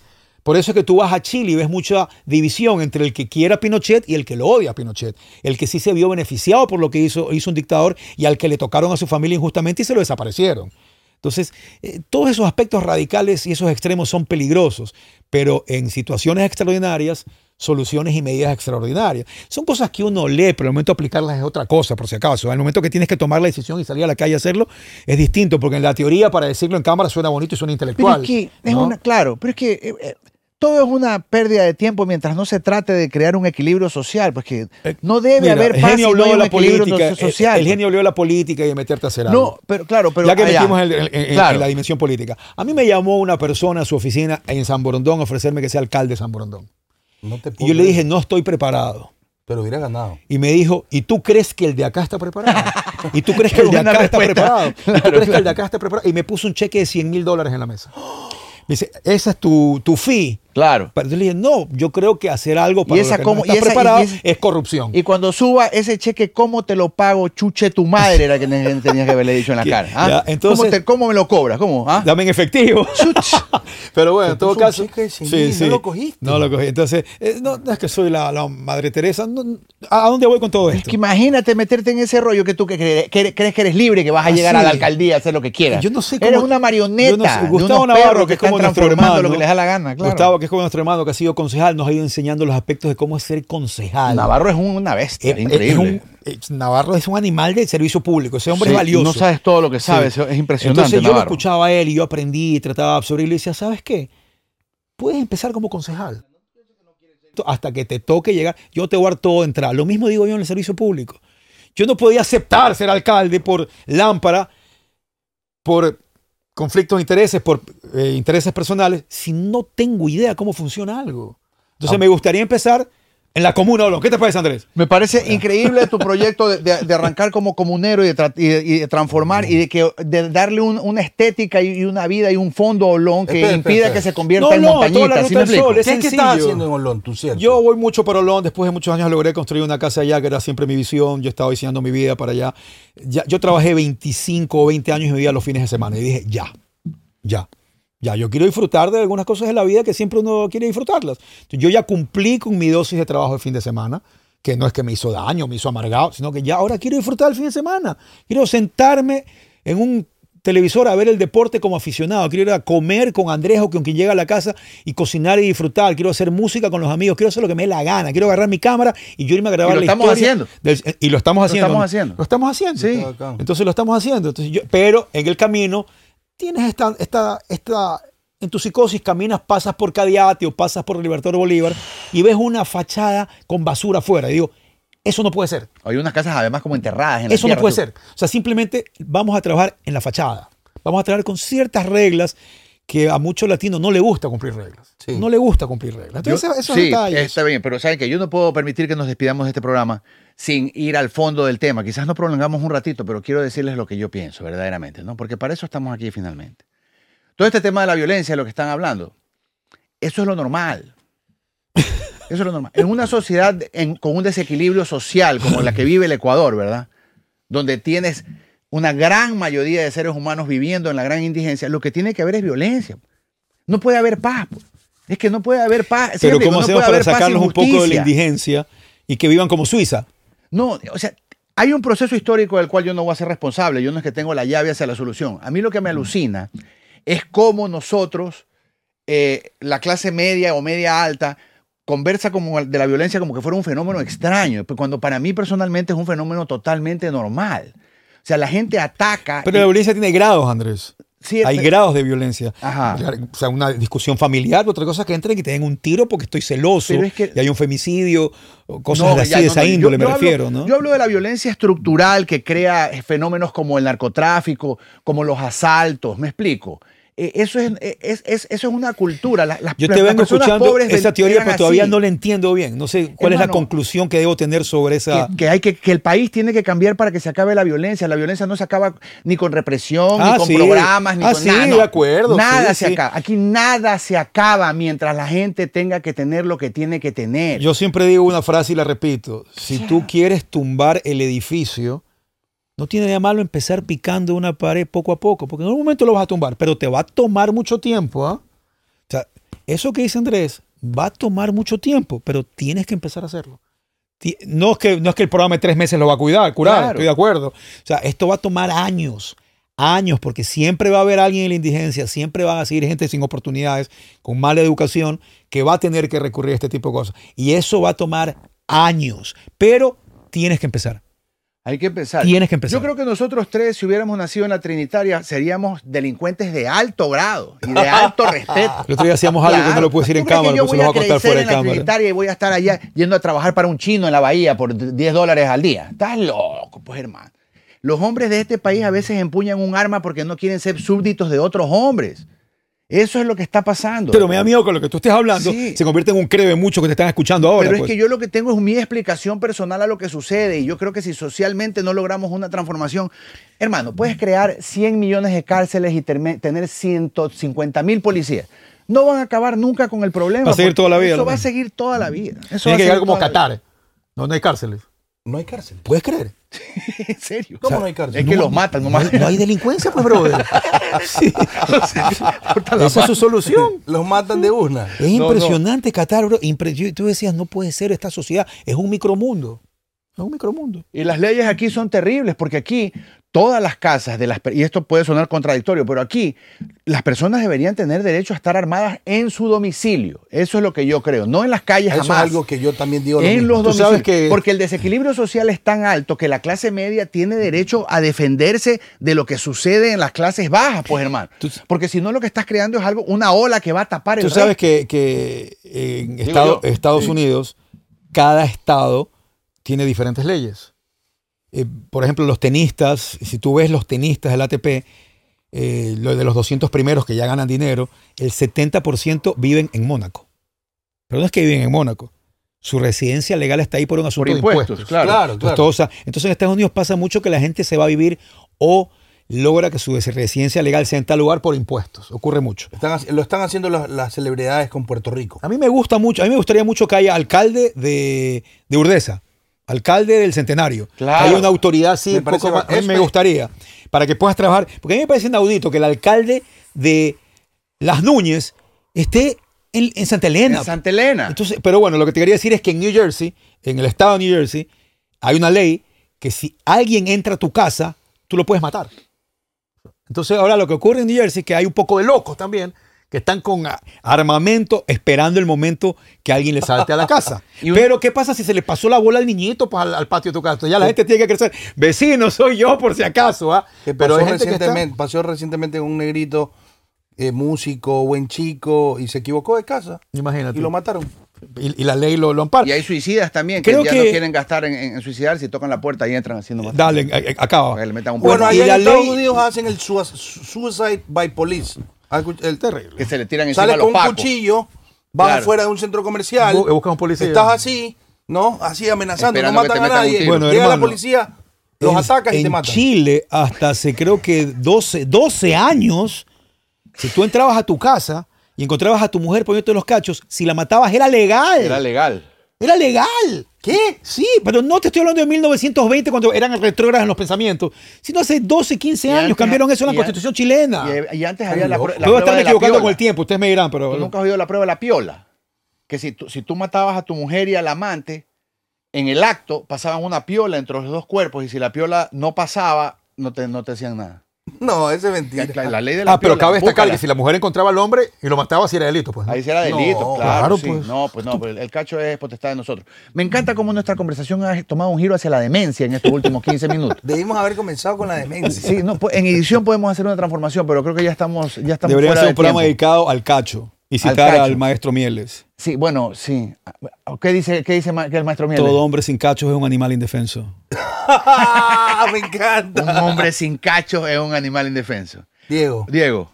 Por eso es que tú vas a Chile y ves mucha división entre el que quiera a Pinochet y el que lo odia a Pinochet. El que sí se vio beneficiado por lo que hizo, hizo un dictador y al que le tocaron a su familia injustamente y se lo desaparecieron. Entonces, eh, todos esos aspectos radicales y esos extremos son peligrosos, pero en situaciones extraordinarias, soluciones y medidas extraordinarias. Son cosas que uno lee, pero el momento de aplicarlas es otra cosa, por si acaso. El momento que tienes que tomar la decisión y salir a la calle a hacerlo es distinto, porque en la teoría, para decirlo en cámara, suena bonito y suena Pero intelectual. es que, es ¿no? una, claro, pero es que eh, eh, todo es una pérdida de tiempo mientras no se trate de crear un equilibrio social, pues que Eh, no debe Mira, haber paz si no hay un equilibrio eh, el- no- social. El, genio habló de la política y de meterte a hacer algo. no, pero claro, pero ya que allá. metimos el- el- en, en Claro. la dimensión política. A mí me llamó una persona a su oficina en San Borondón a ofrecerme que sea alcalde de San Borondón. No te Y puedo yo le creer. dije, no estoy preparado. Pero hubiera ganado. Y me dijo, ¿y tú crees que el de acá está preparado? ¿Y tú crees Qué que el de buena acá está respuesta. preparado? ¿Y tú Claro, crees que claro. el de acá está preparado? Y me puso un cheque de 100 mil dólares en la mesa. Me dice, esa es tu, tu fee. Claro. Pero yo le dije, no, yo creo que hacer algo para esa lo que cómo- no está y esa- y preparado esa- es corrupción. Y cuando suba ese cheque, ¿cómo te lo pago? Chuche tu madre, era que te- tenías que haberle dicho en la Ya, cara. ¿ah? ya, entonces- ¿Cómo, te- cómo me lo cobras? ¿Cómo? ah? Dame en efectivo. Pero bueno, en todo puso un caso. cheque de 100 mil, no lo cogiste. No lo cogí. Entonces, eh, no, no es que soy la, la madre Teresa. no- ¿A a dónde voy con todo Es esto? que imagínate meterte en ese rollo que tú que cre- que crees que eres libre, que vas a Así llegar a la es. alcaldía a hacer lo que quieras. Ah, Yo no sé Eres cómo- una marioneta. yo no sé, de Gustavo unos perros Navarro, que es están como nuestro transformando hermano. lo que les da la gana, claro. Gustavo, que es como nuestro hermano, que ha sido concejal, nos ha ido enseñando los aspectos de cómo es ser concejal. Navarro es una bestia, Eh, Es- es- increíble. es un- es- Navarro es un animal de servicio público. Ese hombre Sí, es valioso. No sabes todo lo que sabe, Sí. eso es impresionante. Entonces yo lo Navarro. escuchaba a él y yo aprendí, y trataba de absorbirlo y decía, ¿sabes qué? Puedes empezar como concejal. Hasta que te toque llegar, yo te voy a dar todo de entrada. Lo mismo digo yo en el servicio público. Yo no podía aceptar ser alcalde por lámpara, por conflictos de intereses, por eh, Ah. intereses personales, si no tengo idea cómo funciona algo. Entonces me gustaría empezar En la comuna, Olón. ¿Qué te parece, Andrés? Me parece increíble tu proyecto de, de- de arrancar como comunero y de, tra- y de- y de transformar y de, que, de darle un- una estética y y una vida y un fondo a Olón que Espera, espera, impida espera. que se convierta No, en no, toda la montañita. Ruta ¿sí me del explico? Sol es- ¿Qué es que estás sencillo. haciendo en Olón, tú cierto? Yo voy mucho para Olón, después de muchos años logré construir una casa allá, que era siempre mi visión, yo estaba diseñando mi vida para allá. Ya, yo trabajé 25 o 20 años y vivía los fines de semana y dije, ya, ya, ya, yo quiero disfrutar de algunas cosas de la vida que siempre uno quiere disfrutarlas. Entonces, Yo ya cumplí con mi dosis de trabajo de fin de semana, que no es que me hizo daño, me hizo amargado, sino que ya ahora quiero disfrutar el fin de semana. Quiero sentarme en un televisor a ver el deporte como aficionado. Quiero ir a comer con Andrés o con quien llega a la casa y cocinar y disfrutar. Quiero hacer música con los amigos. Quiero hacer lo que me dé la gana. Quiero agarrar mi cámara y yo irme a grabar lo la estamos historia haciendo. del- y lo estamos haciendo. estamos ¿no? haciendo. Lo estamos haciendo. Sí. Está bacán. Entonces lo estamos haciendo. Entonces yo- pero en el camino tienes esta, esta, esta, en tu psicosis caminas, pasas por Cadiate o pasas por Libertador Bolívar y ves una fachada con basura afuera. Y digo, eso no puede ser. Hay unas casas además como enterradas en la Eso no tierra, puede tú. ser. O sea, simplemente vamos a trabajar en la fachada. Vamos a trabajar con ciertas reglas que a muchos latinos no le gusta cumplir reglas. Sí. No le gusta cumplir reglas. Entonces, Yo- esos sí, detalles. está bien, pero saben que yo no puedo permitir que nos despidamos de este programa sin ir al fondo del tema. Quizás nos prolongamos un ratito, pero quiero decirles lo que yo pienso verdaderamente, ¿no? Porque para eso estamos aquí finalmente. Todo este tema de la violencia, de lo que están hablando, eso es lo normal. Eso es lo normal. En una sociedad en- con un desequilibrio social como la que vive el Ecuador, ¿verdad? Donde tienes una gran mayoría de seres humanos viviendo en la gran indigencia, lo que tiene que haber es violencia. No puede haber paz. pues. Es que no puede haber paz. Sí, pero amigo, ¿cómo no hacemos puede para haber paz sacarlos sin un poco de la justicia. indigencia y que vivan como Suiza? No, o sea, hay un proceso histórico del cual yo no voy a ser responsable. Yo no es que tengo la llave hacia la solución. A mí lo que me alucina es cómo nosotros, eh, la clase media o media alta, conversa como de la violencia como que fuera un fenómeno extraño, pues cuando para mí personalmente es un fenómeno totalmente normal. O sea, la gente ataca. Ah, Pero y- la violencia tiene grados, Andrés. Sí, Hay pe- grados de violencia. Ajá. O sea, una discusión familiar, otra cosa es que entren y te den un tiro porque estoy celoso Pero es que- y hay un femicidio, o cosas No, así ya, de no, esa no, yo- índole, yo me hablo- refiero, ¿no? Yo hablo de la violencia estructural que crea fenómenos como el narcotráfico, como los asaltos, me explico. Eh, Eso es, es- es- eso es una cultura. Las, las- Yo te las vengo personas escuchando pobres esa ven- teoría, eran pero todavía así. no la entiendo bien. No sé cuál es la Hermano, conclusión que debo tener sobre esa. que, que hay que, que el país tiene que cambiar para que se acabe la violencia. La violencia no se acaba ni con represión, Ah, ni con sí. programas, ni Ah, con sí, nada. no. de acuerdo, Nada sí, se sí. acaba. Aquí nada se acaba mientras la gente tenga que tener lo que tiene que tener. Yo siempre digo una frase y la repito. Si tú quieres tumbar el edificio, no tiene nada de malo empezar picando una pared poco a poco, porque en algún momento lo vas a tumbar, pero te va a tomar mucho tiempo. ¿ah? O sea, eso que dice Andrés va a tomar mucho tiempo, pero tienes que empezar a hacerlo. Ti- No es que, no es que el programa de tres meses lo va a cuidar, curar, Claro. estoy de acuerdo. O sea, esto va a tomar años, años, porque siempre va a haber alguien en la indigencia, siempre van a seguir gente sin oportunidades, con mala educación, que va a tener que recurrir a este tipo de cosas. Y eso va a tomar años, pero tienes que empezar. Hay que empezar. Tienes que empezar. Yo creo que nosotros tres, si hubiéramos nacido en la Trinitaria, seríamos delincuentes de alto grado y de alto respeto. El otro día hacíamos algo que no lo puedo decir ¿Tú en crees que cámara, yo pero se voy lo voy a contar crecer fuera de en la cámara. Trinitaria y voy a estar allá yendo a trabajar para un chino en la bahía por 10 dólares al día. Estás loco, pues hermano. Los hombres de este país a veces empuñan un arma porque no quieren ser súbditos de otros hombres. Eso es lo que está pasando. Pero me da miedo que lo que tú estés hablando Sí. se convierte en un creve mucho que te están escuchando ahora. Pero es pues. que yo lo que tengo es mi explicación personal a lo que sucede y yo creo que si socialmente no logramos una transformación, hermano, puedes crear 100 millones de cárceles y terme- tener 150 mil policías. No van a acabar nunca con el problema. Va a seguir porque toda la vida, Eso va a hermano. seguir toda la vida. Eso va Tiene a que llegar seguir como toda la Qatar. No, no hay cárceles. No hay cárcel. ¿Puedes creer? vida. en serio. ¿Cómo no hay cárcel? Es que los matan nomás. No hay delincuencia, pues, brother. Sí. Esa es su solución. Los matan de urna. Es impresionante Qatar, bro. Impre- yo- Tú decías, no puede ser esta sociedad. Es un micromundo. Es un micromundo. Y las leyes aquí son terribles porque aquí todas las casas de las per- y esto puede sonar contradictorio, pero aquí las personas deberían tener derecho a estar armadas en su domicilio. Eso es lo que yo creo, no en las calles Eso es jamás. algo que yo también digo. lo en mismo. los Tú domicilios, sabes que- porque el desequilibrio social es tan alto que la clase media tiene derecho a defenderse de lo que sucede en las clases bajas, pues hermano. Tú- Porque si no lo que estás creando es algo una ola que va a tapar el Tú sabes resto. que, que en Digo Estado- yo. Estados Sí. Unidos, cada estado tiene diferentes leyes. Eh, por ejemplo, los tenistas, si tú ves los tenistas del ATP, eh, lo de los 200 primeros que ya ganan dinero, el 70% viven en Mónaco. Pero no es que viven en Mónaco. Su residencia legal está ahí por un asunto Por impuestos, de impuestos. claro. Claro, Pues claro. todo está- entonces en Estados Unidos pasa mucho que la gente se va a vivir o logra que su residencia legal sea en tal lugar por impuestos. Ocurre mucho. Están haci- lo están haciendo las, las celebridades con Puerto Rico. A mí me gusta mucho, a mí me gustaría mucho que haya alcalde de, de Urdesa, alcalde del Centenario. Claro. Que haya una autoridad así, Me un poco parece más. ba- A mí me eso- gustaría. Para que puedas trabajar. Porque a mí me parece inaudito que el alcalde de Las Núñez esté en, en Santa Elena. En Santa Ah. Elena. Entonces, pero bueno, lo que te quería decir es que en New Jersey, en el estado de New Jersey, hay una ley que si alguien entra a tu casa, tú lo puedes matar. Entonces, ahora lo que ocurre en New Jersey es que hay un poco de locos también que están con a- armamento esperando el momento que alguien les salte a la casa. Y un- Pero, ¿qué pasa si se le pasó la bola al niñito pues, al, al patio de tu casa? Ya la gente tiene que crecer. Vecino, soy yo, por si acaso. ¿ah?". Que Pero pasó, hay gente que está- recientemente, pasó recientemente con un negrito, eh, músico, buen chico, y se equivocó de casa. Imagínate. Y Y, lo mataron. y la ley lo, lo ampara. Y hay suicidas también que Creo ya que- no quieren gastar en, en- en suicidarse y tocan la puerta y entran haciendo más. Dale, a- a- acaba. Para que le metan un Bueno, puño. ahí y en la Estados ley- Unidos hacen el sua- su- suicide by police. ¿Has escuchado? El- que se le tiran encima Sale a los con un pacos. cuchillo, van Claro. afuera de un centro comercial. Bu- busca un policía. Estás así, ¿no? Así amenazando, Esperando no que te matan a metan un nadie. tiro. Bueno, Llega la hermano, policía, los en- atacas y en te matan. Chile, hasta hace creo que 12, 12 años, si tú entrabas a tu casa y encontrabas a tu mujer poniéndote los cachos, si la matabas era legal. Era legal. Era legal. ¿Qué? Sí, pero no te estoy hablando de 1920 cuando eran retrógradas en los pensamientos, sino hace 12, 15 Y años antes- cambiaron eso en la y constitución an- chilena. Y, y antes había la, prue- la Puedo prueba estarme de la equivocando con piola. el tiempo, ustedes me dirán, pero... Tú nunca has oído la prueba de la piola. Que si tú, si tú matabas a tu mujer y al amante, en el acto pasaban una piola entre los dos cuerpos y si la piola no pasaba, no te, no te hacían nada. No, ese es La, mentira. la- la ley de la Ah, pero piola, cabe destacar búscala. que si la mujer encontraba al hombre y lo mataba, si era delito, pues. ¿no? Ahí será delito, No, claro. claro, sí. pues. No, pues no, pero el cacho es potestad de nosotros. Me encanta cómo nuestra conversación ha tomado un giro hacia la demencia en estos últimos 15 minutos. Debimos haber comenzado con la demencia. Sí, no, pues, en edición podemos hacer una transformación, pero creo que ya estamos, ya estamos Debería fuera ser de un programa tiempo. dedicado al cacho y citar cacho. al maestro Mieles. Sí, bueno, sí. ¿Qué dice, qué dice ma- que el maestro Mieles? Todo hombre sin cachos es un animal indefenso. ¡Ah, me Un encanta. hombre sin cachos es un animal indefenso. Diego, Diego,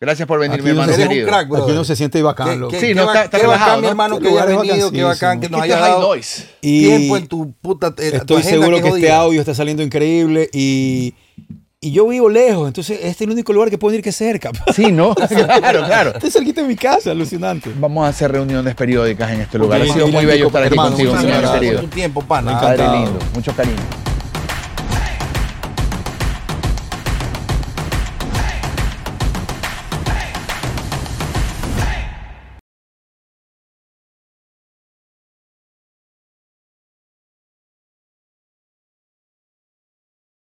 gracias por venir, Aquí mi hermano no se- eres un querido. crack, Aquí brother. uno se siente bacán, Qué- loco. qué- Sí, qué no, ba- está- está qué relajado, bacán, mi ¿no? hermano, Este que hayas lugar es venido, qué bacanísimo. bacán, que Aquí nos hayas está Este High dado Noise. Y tiempo en tu puta eh, tu estoy agenda seguro que, este jodida. audio está saliendo increíble y, y yo vivo lejos, entonces este es el único lugar que puedo venir que es cerca. Sí, ¿no? claro, claro. Estoy cerquita de mi casa, alucinante. Vamos a hacer reuniones periódicas en este lugar. Ok, Ha sido muy Diego, bello estar aquí hermano, contigo, muchas mi hermano Gracias gracias. querido. por tu tiempo, pana. Padre Encantado. lindo, mucho cariño.